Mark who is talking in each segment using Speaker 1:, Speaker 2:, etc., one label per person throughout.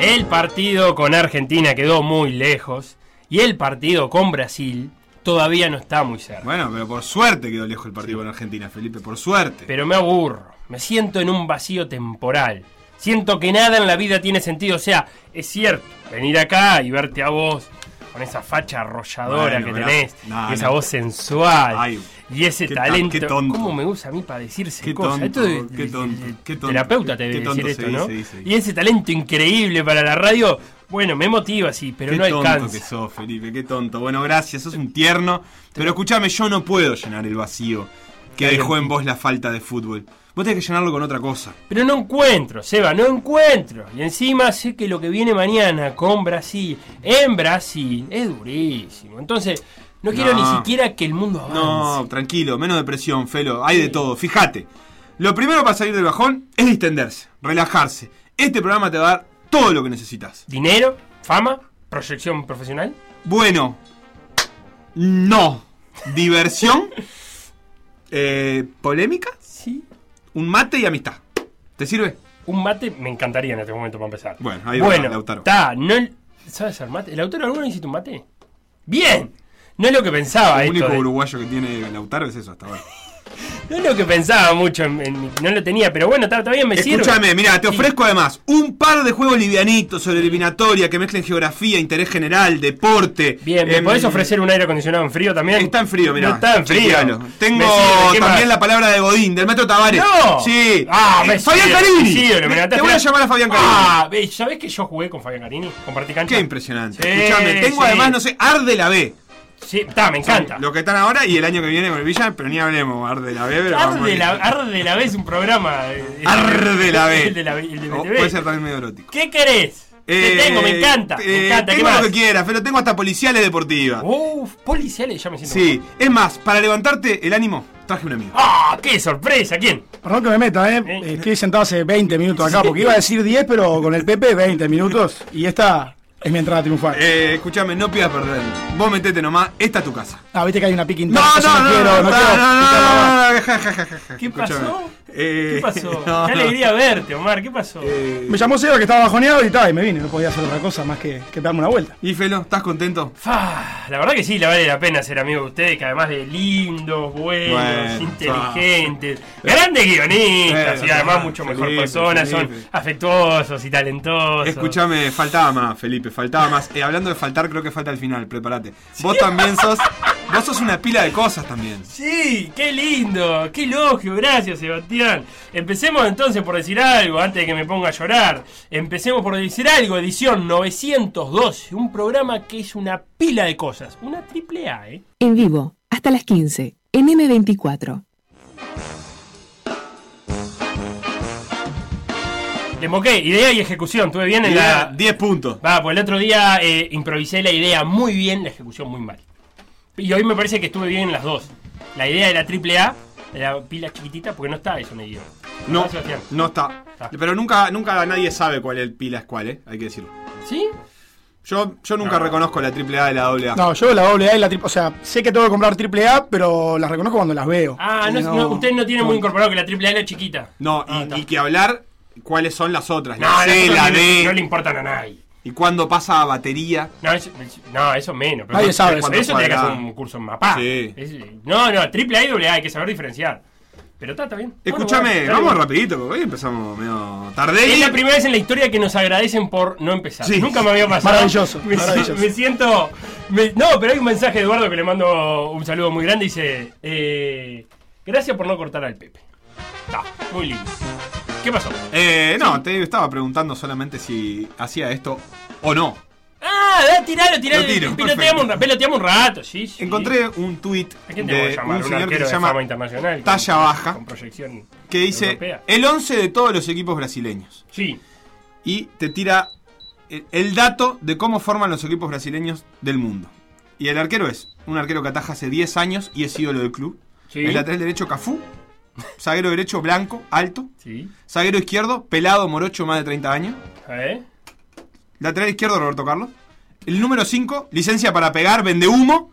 Speaker 1: El partido con Argentina quedó muy lejos y el partido con Brasil todavía no está muy cerca.
Speaker 2: Bueno, pero por suerte quedó lejos el partido con Argentina, Felipe, por suerte.
Speaker 1: Pero me aburro, me siento en un vacío temporal. Siento que nada en la vida tiene sentido. O sea, es cierto, venir acá y verte a vos con esa facha arrolladora
Speaker 2: Bueno,
Speaker 1: que
Speaker 2: pero-
Speaker 1: tenés,
Speaker 2: no,
Speaker 1: y esa
Speaker 2: no.
Speaker 1: voz sensual
Speaker 2: Ay,
Speaker 1: y ese
Speaker 2: qué ta-
Speaker 1: talento.
Speaker 2: qué tonto.
Speaker 1: ¿Cómo me gusta a mí para decirse
Speaker 2: Qué
Speaker 1: cosas? Esto
Speaker 2: tonto,
Speaker 1: de-
Speaker 2: qué
Speaker 1: de-
Speaker 2: tonto,
Speaker 1: de-
Speaker 2: qué
Speaker 1: de
Speaker 2: tonto,
Speaker 1: terapeuta
Speaker 2: qué
Speaker 1: te debe
Speaker 2: tonto,
Speaker 1: decir esto,
Speaker 2: sí,
Speaker 1: ¿no?
Speaker 2: sí, sí.
Speaker 1: Y ese talento increíble para la radio, bueno, me motiva sí, pero
Speaker 2: qué
Speaker 1: no
Speaker 2: tonto
Speaker 1: alcanza.
Speaker 2: que sos, Felipe, qué tonto. Bueno, gracias, sos un tierno. Pero escúchame, yo no puedo llenar el vacío que
Speaker 1: Está
Speaker 2: dejó
Speaker 1: bien.
Speaker 2: en vos la falta de fútbol. Vos tenés que llenarlo con otra cosa.
Speaker 1: Pero no encuentro, Seba, no encuentro. Y encima sé que lo que viene mañana con Brasil, en Brasil, es durísimo. Entonces, no quiero
Speaker 2: No.
Speaker 1: ni siquiera que el mundo avance.
Speaker 2: No, tranquilo, menos depresión, Felo. Hay de todo. Fíjate. Lo primero para salir del bajón es distenderse, relajarse. Este programa te va a dar todo lo que necesitas.
Speaker 1: Dinero, fama, proyección profesional.
Speaker 2: Bueno, no. Diversión, eh, polémica,
Speaker 1: Sí.
Speaker 2: un mate y amistad. ¿Te sirve?
Speaker 1: Un mate me encantaría en este momento para empezar.
Speaker 2: Bueno, ahí va,
Speaker 1: bueno,
Speaker 2: Lautaro.
Speaker 1: Está, no, ¿Sabes hacer mate? ¿El Lautaro alguna vez hiciste un mate? ¡Bien! No es lo que pensaba
Speaker 2: El
Speaker 1: esto
Speaker 2: único
Speaker 1: de-
Speaker 2: uruguayo que tiene Lautaro es eso hasta ahora.
Speaker 1: No es lo que pensaba mucho. en- en- no lo tenía, pero bueno, está, está bien, me sirve.
Speaker 2: Escúchame, mira, te
Speaker 1: Sí.
Speaker 2: ofrezco además un par de juegos livianitos sobre eliminatoria que mezclen geografía, interés general, deporte.
Speaker 1: Bien, ¿me
Speaker 2: em,
Speaker 1: podés ofrecer un aire acondicionado en frío también?
Speaker 2: Está en frío, mira.
Speaker 1: No está en frío.
Speaker 2: Tengo
Speaker 1: Me sirve, ¿qué más?
Speaker 2: también la palabra de Godín, del Metro Tavares.
Speaker 1: ¡No!
Speaker 2: Sí.
Speaker 1: ¡Ah,
Speaker 2: Eh,
Speaker 1: me
Speaker 2: Fabián
Speaker 1: sirve,
Speaker 2: Carini.
Speaker 1: me sirve, me la
Speaker 2: te
Speaker 1: estás
Speaker 2: voy a
Speaker 1: tirando.
Speaker 2: llamar a Fabián Carini.
Speaker 1: Ah, ve, ¿sabés que yo jugué con Fabián Carini? Compartí cancha.
Speaker 2: Qué impresionante.
Speaker 1: Sí,
Speaker 2: Escuchame, tengo
Speaker 1: sí.
Speaker 2: además, no sé, Arde la B.
Speaker 1: Sí, está, me encanta.
Speaker 2: Lo que están ahora y el año que viene con el Villa, pero ni hablemos, Arde la B. Pero vamos
Speaker 1: Arde
Speaker 2: a-
Speaker 1: la, Arde la B es un programa. eh,
Speaker 2: Arde la B.
Speaker 1: El de la B- el de
Speaker 2: O
Speaker 1: BTV.
Speaker 2: puede ser también medio erótico.
Speaker 1: ¿Qué querés?
Speaker 2: Eh,
Speaker 1: Te tengo, me encanta. me
Speaker 2: eh,
Speaker 1: encanta. ¿Qué
Speaker 2: Tengo
Speaker 1: más?
Speaker 2: lo que quieras, pero tengo hasta policiales deportivas.
Speaker 1: Uf, policiales, ya me siento.
Speaker 2: Sí, es más, para levantarte el ánimo, traje un amigo.
Speaker 1: ¡Ah, qué sorpresa! ¿Quién?
Speaker 3: Perdón que me meta, ¿eh?
Speaker 1: Eh.
Speaker 3: Estoy sentado hace 20 minutos acá, porque iba a decir 10, pero con el Pepe 20 minutos. Y esta es mi entrada triunfal.
Speaker 2: Eh, escúchame, no pidas perder. Vos metete nomás, esta es tu casa.
Speaker 3: Ah, viste que hay una pica
Speaker 2: No,
Speaker 3: interna.
Speaker 2: no,
Speaker 3: yo
Speaker 2: no, no, no,
Speaker 3: quiero,
Speaker 2: no, no,
Speaker 3: quiero picarla más.
Speaker 2: no, no, ja, ja, ja, ja, ja.
Speaker 1: ¿Qué
Speaker 2: Escúchame.
Speaker 1: pasó?
Speaker 2: Eh,
Speaker 1: ¿Qué pasó?
Speaker 2: no,
Speaker 1: Qué
Speaker 2: no.
Speaker 1: alegría verte, Omar. ¿Qué pasó?
Speaker 2: Eh,
Speaker 3: Me llamó Seba que estaba bajoneado y tal, y me vine. No podía hacer otra cosa más que, que darme una vuelta.
Speaker 2: ¿Y Felo, estás contento?
Speaker 1: Fa, la verdad que sí, la vale la pena ser amigo de ustedes, que además de lindos, buenos,
Speaker 2: Bueno, Eh,
Speaker 1: inteligentes, grandes guionistas
Speaker 2: Bueno,
Speaker 1: y además
Speaker 2: Felipe,
Speaker 1: mucho mejor
Speaker 2: Felipe,
Speaker 1: personas, son
Speaker 2: Felipe.
Speaker 1: afectuosos y talentosos.
Speaker 2: Escúchame, faltaba más, Felipe, faltaba más. Eh, hablando de faltar, creo que falta al final, prepárate. Vos también sos. Vos sos una pila de cosas también.
Speaker 1: Sí, qué lindo, qué elogio, gracias Sebastián. Empecemos entonces por decir algo, antes de que me ponga a llorar. Empecemos por decir algo, edición 912, un programa que es una pila de cosas, una triple A, ¿eh?
Speaker 4: En vivo, hasta las 15, en M24.
Speaker 1: Le moqué, idea y ejecución, estuve bien en
Speaker 2: Idea,
Speaker 1: la...
Speaker 2: 10 puntos.
Speaker 1: Va, pues el otro día eh, improvisé la idea muy bien, la ejecución muy mal. Y hoy me parece que estuve bien en las dos. La idea de la triple A, de la pila chiquitita, porque no está eso en el guión.
Speaker 2: No,
Speaker 1: ¿Verdad, Sebastián?
Speaker 2: no está.
Speaker 1: Está.
Speaker 2: Pero nunca, nunca nadie sabe cuál es el pila es cuál, ¿eh? Hay que decirlo.
Speaker 1: ¿Sí?
Speaker 2: Yo, yo nunca reconozco la AAA de la AA.
Speaker 3: No, yo la doble A y la triple O sea, sé que tengo que comprar triple A, pero las reconozco cuando las veo. Eh,
Speaker 1: Ah, no,
Speaker 3: Y
Speaker 1: no, usted no tiene muy incorporado que la triple A es la chiquita.
Speaker 2: No,
Speaker 1: Ah,
Speaker 2: y,
Speaker 1: está.
Speaker 2: y que hablar cuáles son las otras.
Speaker 1: No, las
Speaker 2: La C,
Speaker 1: otras
Speaker 2: la
Speaker 1: no,
Speaker 2: D.
Speaker 1: no le importan a nadie.
Speaker 2: Y cuándo pasa a batería.
Speaker 1: No, eso, no, eso menos. pero
Speaker 3: Nadie
Speaker 1: no-
Speaker 3: sabe
Speaker 1: Eso,
Speaker 3: cuándo
Speaker 1: eso tiene que
Speaker 2: juega.
Speaker 1: hacer un curso en mapa.
Speaker 2: Sí.
Speaker 1: Es- no, no, triple A y doble A, hay que saber diferenciar. Pero está, está bien. Bueno,
Speaker 2: Escúchame,
Speaker 1: bueno, está
Speaker 2: vamos
Speaker 1: bien.
Speaker 2: rapidito, porque hoy empezamos medio tarde.
Speaker 1: Es
Speaker 2: y-
Speaker 1: la primera vez en la historia que nos agradecen por no empezar.
Speaker 2: Sí.
Speaker 1: Nunca me había pasado.
Speaker 3: Maravilloso,
Speaker 1: Me,
Speaker 3: maravilloso.
Speaker 1: me siento. me- no, pero hay un mensaje de Eduardo que le mando un saludo muy grande. Dice: eh, Gracias por no cortar al Pepe. Está, muy lindo. ¿Qué pasó?
Speaker 2: Eh, no, te estaba preguntando solamente si hacía esto o no.
Speaker 1: Ah, da, tiralo, tiralo.
Speaker 2: Lo tiro,
Speaker 1: peloteamos, un, ra- peloteamos un rato, sí. sí.
Speaker 2: Encontré un tuit
Speaker 1: ¿A quién te voy a
Speaker 2: de
Speaker 1: llamar? Un,
Speaker 2: un señor que
Speaker 1: arquero
Speaker 2: se
Speaker 1: de fama
Speaker 2: llama
Speaker 1: internacional. con-
Speaker 2: Talla Baja.
Speaker 1: Con proyección.
Speaker 2: que dice
Speaker 1: europea.
Speaker 2: el 11 de todos los equipos brasileños
Speaker 1: Sí.
Speaker 2: y te tira el- el dato de cómo forman los equipos brasileños del mundo. Y el arquero es un arquero que ataja hace 10 años y es ídolo del club.
Speaker 1: Sí.
Speaker 2: El lateral derecho Cafú, zaguero derecho blanco, alto,
Speaker 1: Sí.
Speaker 2: zaguero izquierdo pelado, morocho, más de 30 años.
Speaker 1: A ver.
Speaker 2: Lateral izquierdo, Roberto Carlos. El número 5, licencia para pegar, vende humo.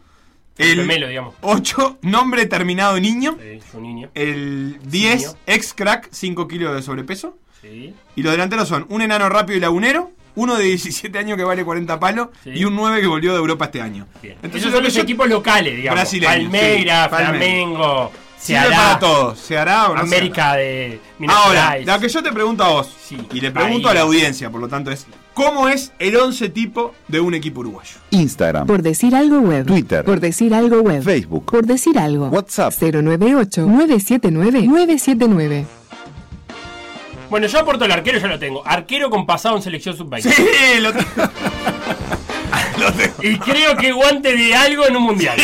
Speaker 1: Gemelo,
Speaker 2: El
Speaker 1: digamos.
Speaker 2: 8, nombre terminado niño.
Speaker 1: Sí, es un niño.
Speaker 2: El 10,
Speaker 1: Niño.
Speaker 2: ex crack, 5 kilos de sobrepeso.
Speaker 1: Sí.
Speaker 2: Y los delanteros son un enano rápido y lagunero, uno de 17 años que vale 40 palos
Speaker 1: Sí.
Speaker 2: y un 9 que volvió de Europa este año.
Speaker 1: Bien.
Speaker 2: Entonces,
Speaker 1: Esos
Speaker 2: lo
Speaker 1: son
Speaker 2: que
Speaker 1: los
Speaker 2: yo-
Speaker 1: equipos locales, digamos.
Speaker 2: Brasileños,
Speaker 1: Palmeiras,
Speaker 2: sí, Palmeiras.
Speaker 1: Flamengo,
Speaker 2: Sirve
Speaker 1: Ceará,
Speaker 2: para todos. Se hará o no se
Speaker 1: América de
Speaker 2: hará?
Speaker 1: Minas
Speaker 2: Ahora,
Speaker 1: Gerais.
Speaker 2: lo que yo te pregunto a vos,
Speaker 1: Sí,
Speaker 2: y le pregunto
Speaker 1: ahí.
Speaker 2: a la audiencia, por lo tanto, es: ¿cómo es el 11 tipo de un equipo uruguayo?
Speaker 5: Instagram,
Speaker 4: Por decir algo web.
Speaker 5: Twitter.
Speaker 4: Por decir algo web.
Speaker 5: Facebook.
Speaker 4: Por decir algo.
Speaker 5: WhatsApp.
Speaker 4: 098-979-979.
Speaker 1: Bueno, yo aporto el arquero, ya lo tengo. Arquero con pasado en selección sub-20.
Speaker 2: Sí, lo tengo. Lo tengo.
Speaker 1: Y creo que guante de algo en un mundial.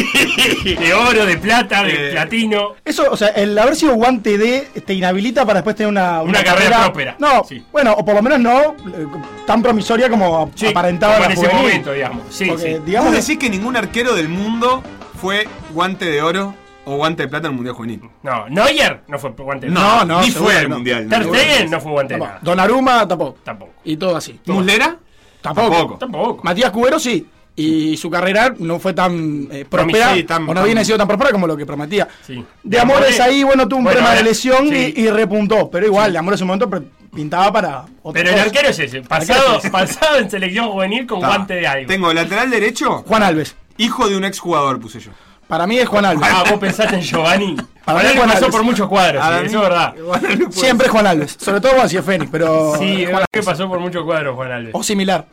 Speaker 1: De oro, de plata, de
Speaker 2: Eh,
Speaker 1: platino.
Speaker 3: Eso, o sea, el haber sido guante de te inhabilita para después tener una,
Speaker 1: Una carrera próspera.
Speaker 3: No,
Speaker 1: Sí.
Speaker 3: bueno, o por lo menos no eh, tan promisoria como
Speaker 1: Sí,
Speaker 3: aparentaba
Speaker 1: como
Speaker 3: la
Speaker 1: en ese
Speaker 3: juvenil.
Speaker 1: momento, digamos. Sí,
Speaker 3: Porque,
Speaker 1: sí.
Speaker 3: digamos,
Speaker 2: Vos decís que ningún arquero del mundo fue guante de oro o guante de plata en el Mundial Juvenil.
Speaker 1: No, Neuer no fue guante de
Speaker 3: No,
Speaker 1: nada.
Speaker 3: no,
Speaker 2: Ni
Speaker 3: seguro
Speaker 2: fue
Speaker 3: que
Speaker 2: al
Speaker 3: no.
Speaker 2: Mundial.
Speaker 1: Ter
Speaker 2: no.
Speaker 1: Stegen no fue guante de
Speaker 3: tampoco.
Speaker 1: nada.
Speaker 3: Donnarumma tampoco.
Speaker 1: Tampoco.
Speaker 3: Y todo así. todo.
Speaker 2: ¿Muslera?
Speaker 3: Tampoco.
Speaker 2: Tampoco.
Speaker 1: Tampoco.
Speaker 3: Matías Cubero sí. Y su carrera no fue tan eh, próspera.
Speaker 2: Sí, tan-
Speaker 3: o no
Speaker 2: tan-
Speaker 3: viene sido tan próspera como lo que prometía.
Speaker 1: Sí.
Speaker 3: De Amores ahí, bueno, tuvo un
Speaker 1: Bueno,
Speaker 3: problema de
Speaker 1: ahora-
Speaker 3: lesión
Speaker 1: sí.
Speaker 3: y, y repuntó. Pero igual, De Amores en un momento pre- pintaba para otra
Speaker 1: Pero el
Speaker 3: cosa.
Speaker 1: arquero es ese.
Speaker 3: Arquero
Speaker 1: Pasado,
Speaker 3: es ese.
Speaker 1: pasado en selección juvenil con
Speaker 2: Está.
Speaker 1: guante de algo.
Speaker 2: Tengo lateral derecho,
Speaker 3: Juan Alves.
Speaker 2: hijo de un exjugador, puse yo.
Speaker 3: Para mí es Juan Alves.
Speaker 1: Ah, vos pensaste en Giovanni.
Speaker 3: Para
Speaker 1: Para
Speaker 3: mí
Speaker 1: él
Speaker 3: Juan
Speaker 1: pasó
Speaker 3: Alves.
Speaker 1: por muchos cuadros,
Speaker 2: Para
Speaker 1: sí,
Speaker 2: mí-
Speaker 1: eso es verdad.
Speaker 3: Ah, Siempre es Juan Alves. Sobre todo cuando si es Fénix, pero.
Speaker 1: Sí, es
Speaker 3: Juan
Speaker 1: verdad que
Speaker 3: Alves.
Speaker 1: pasó por muchos cuadros, Juan Alves.
Speaker 3: O similar.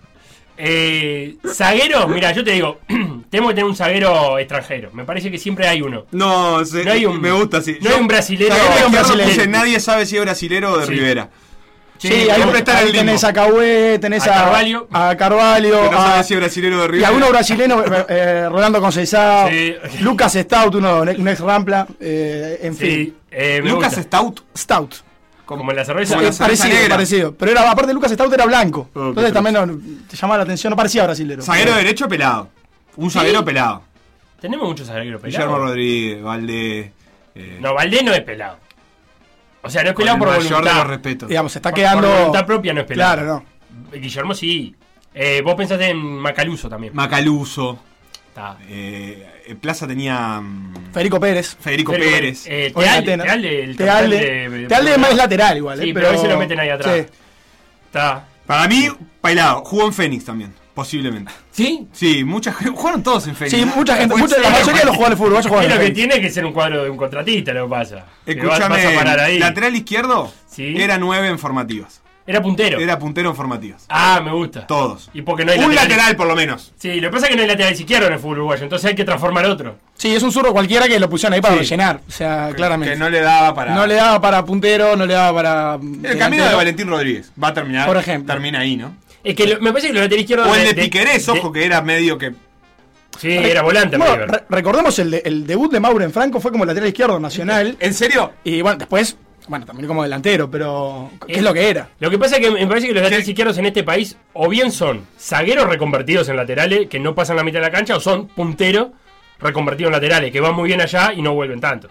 Speaker 1: Eh, zagueros, mira, yo te digo, tenemos que tener un zaguero extranjero. Me parece que siempre hay uno.
Speaker 2: No, se-
Speaker 1: No hay un-
Speaker 2: me gusta así.
Speaker 1: no hay un brasilero.
Speaker 2: Zaguero
Speaker 1: No hay un
Speaker 2: izquierdo
Speaker 1: brasilero.
Speaker 2: puse, nadie sabe si es brasilero o de
Speaker 1: Sí.
Speaker 2: Rivera.
Speaker 3: Sí,
Speaker 1: hay
Speaker 3: ahí,
Speaker 2: siempre está en el
Speaker 3: ahí tenés
Speaker 2: limbo.
Speaker 3: a Cahué, tenés
Speaker 1: A
Speaker 3: a,
Speaker 1: Carvalho.
Speaker 3: a Carvalho,
Speaker 2: Que no
Speaker 3: a-
Speaker 2: sabe si es brasilero o de
Speaker 3: Ah, y
Speaker 2: Rivera.
Speaker 3: a uno brasileño, eh, eh, Rolando Conceição,
Speaker 1: Sí.
Speaker 3: Lucas Stout, uno, un ex Rampla, eh, en
Speaker 1: Sí,
Speaker 3: fin.
Speaker 1: eh, me
Speaker 2: Lucas
Speaker 1: gusta.
Speaker 2: Stout.
Speaker 3: Stout.
Speaker 1: como en la cerveza.
Speaker 2: como la
Speaker 3: Eh, parecido,
Speaker 2: negra.
Speaker 3: parecido. Pero era, aparte Lucas Stout era blanco.
Speaker 2: Oh, qué
Speaker 3: entonces también no- te llamaba la atención, no parecía brasilero.
Speaker 2: Zaguero derecho pelado. Un zaguero pelado.
Speaker 1: Tenemos muchos zagueros
Speaker 2: Guillermo
Speaker 1: pelados.
Speaker 2: Rodríguez, Valdés. eh,
Speaker 1: No, Valdés no es pelado. O sea, no es
Speaker 2: con
Speaker 1: pelado
Speaker 2: el
Speaker 1: por
Speaker 2: mayor de
Speaker 1: voluntad.
Speaker 2: los respetos.
Speaker 3: Eh, Digamos, se está
Speaker 1: Por-
Speaker 3: quedando.
Speaker 1: por voluntad propia no es pelado.
Speaker 3: Claro, no.
Speaker 1: Guillermo sí. Eh, vos pensaste en Macaluso también.
Speaker 2: Macaluso.
Speaker 1: Está.
Speaker 2: eh, eh, Plaza tenía mm,
Speaker 3: Federico Pérez.
Speaker 2: Federico
Speaker 1: Pero,
Speaker 2: Pérez.
Speaker 1: eh,
Speaker 3: Hoy en
Speaker 1: Tealde,
Speaker 3: Atenas.
Speaker 1: Tealde, el
Speaker 3: Tealde.
Speaker 1: capitán de-
Speaker 3: Tealde es más lateral igual.
Speaker 1: Sí,
Speaker 3: eh,
Speaker 1: pero a veces lo meten ahí atrás.
Speaker 3: Sí.
Speaker 1: Está.
Speaker 2: Para mí, bailado. Jugó en Fénix también, posiblemente.
Speaker 1: ¿Sí?
Speaker 2: Sí, mucha gente. Jugaron todos en Fénix.
Speaker 3: Sí, mucha gente,
Speaker 2: Fue
Speaker 3: mucha- la
Speaker 2: serio,
Speaker 3: mayoría de los jugadores de fútbol uruguayos juegan
Speaker 1: Es
Speaker 3: en
Speaker 1: lo que
Speaker 2: eh.
Speaker 3: Fénix.
Speaker 1: tiene que ser un cuadro de un contratista, lo que pasa. Que vas- vas a parar
Speaker 2: Escúchame,
Speaker 1: ahí.
Speaker 2: lateral izquierdo
Speaker 1: Sí.
Speaker 2: era 9 en formativas.
Speaker 1: Era puntero.
Speaker 2: Era puntero en formativas.
Speaker 1: Ah, me gusta.
Speaker 2: Todos.
Speaker 1: Y porque no hay
Speaker 2: Un
Speaker 1: lateral.
Speaker 2: lateral, por lo menos.
Speaker 1: Sí, lo que pasa es que no hay lateral izquierdo en el fútbol uruguayo, entonces hay que transformar otro.
Speaker 3: Sí, es un zurdo cualquiera que lo pusieron ahí para
Speaker 2: Sí.
Speaker 3: rellenar. O sea, claramente.
Speaker 2: Que
Speaker 3: no,
Speaker 2: no le daba para.
Speaker 3: le daba para puntero, no le daba para.
Speaker 2: El camino de Valentín Rodríguez. Va a terminar.
Speaker 3: Por ejemplo.
Speaker 2: Termina ahí, ¿no?
Speaker 1: Es que lo- me parece que los lateral izquierdo.
Speaker 2: O el de Piquerés, ojo, que era medio que.
Speaker 1: Sí, era volante en
Speaker 3: Bueno,
Speaker 1: River.
Speaker 3: re- recordemos el, de- el debut de Mauro en Franco fue como lateral izquierdo nacional.
Speaker 2: ¿En serio?
Speaker 3: Y bueno, después, bueno, también como delantero, pero. ¿Qué es lo que era?
Speaker 1: Lo que pasa es que me parece que los laterales
Speaker 2: Sí.
Speaker 1: izquierdos en este país o bien son zagueros reconvertidos en laterales que no pasan la mitad de la cancha o son punteros reconvertidos en laterales que van muy bien allá y no vuelven tanto.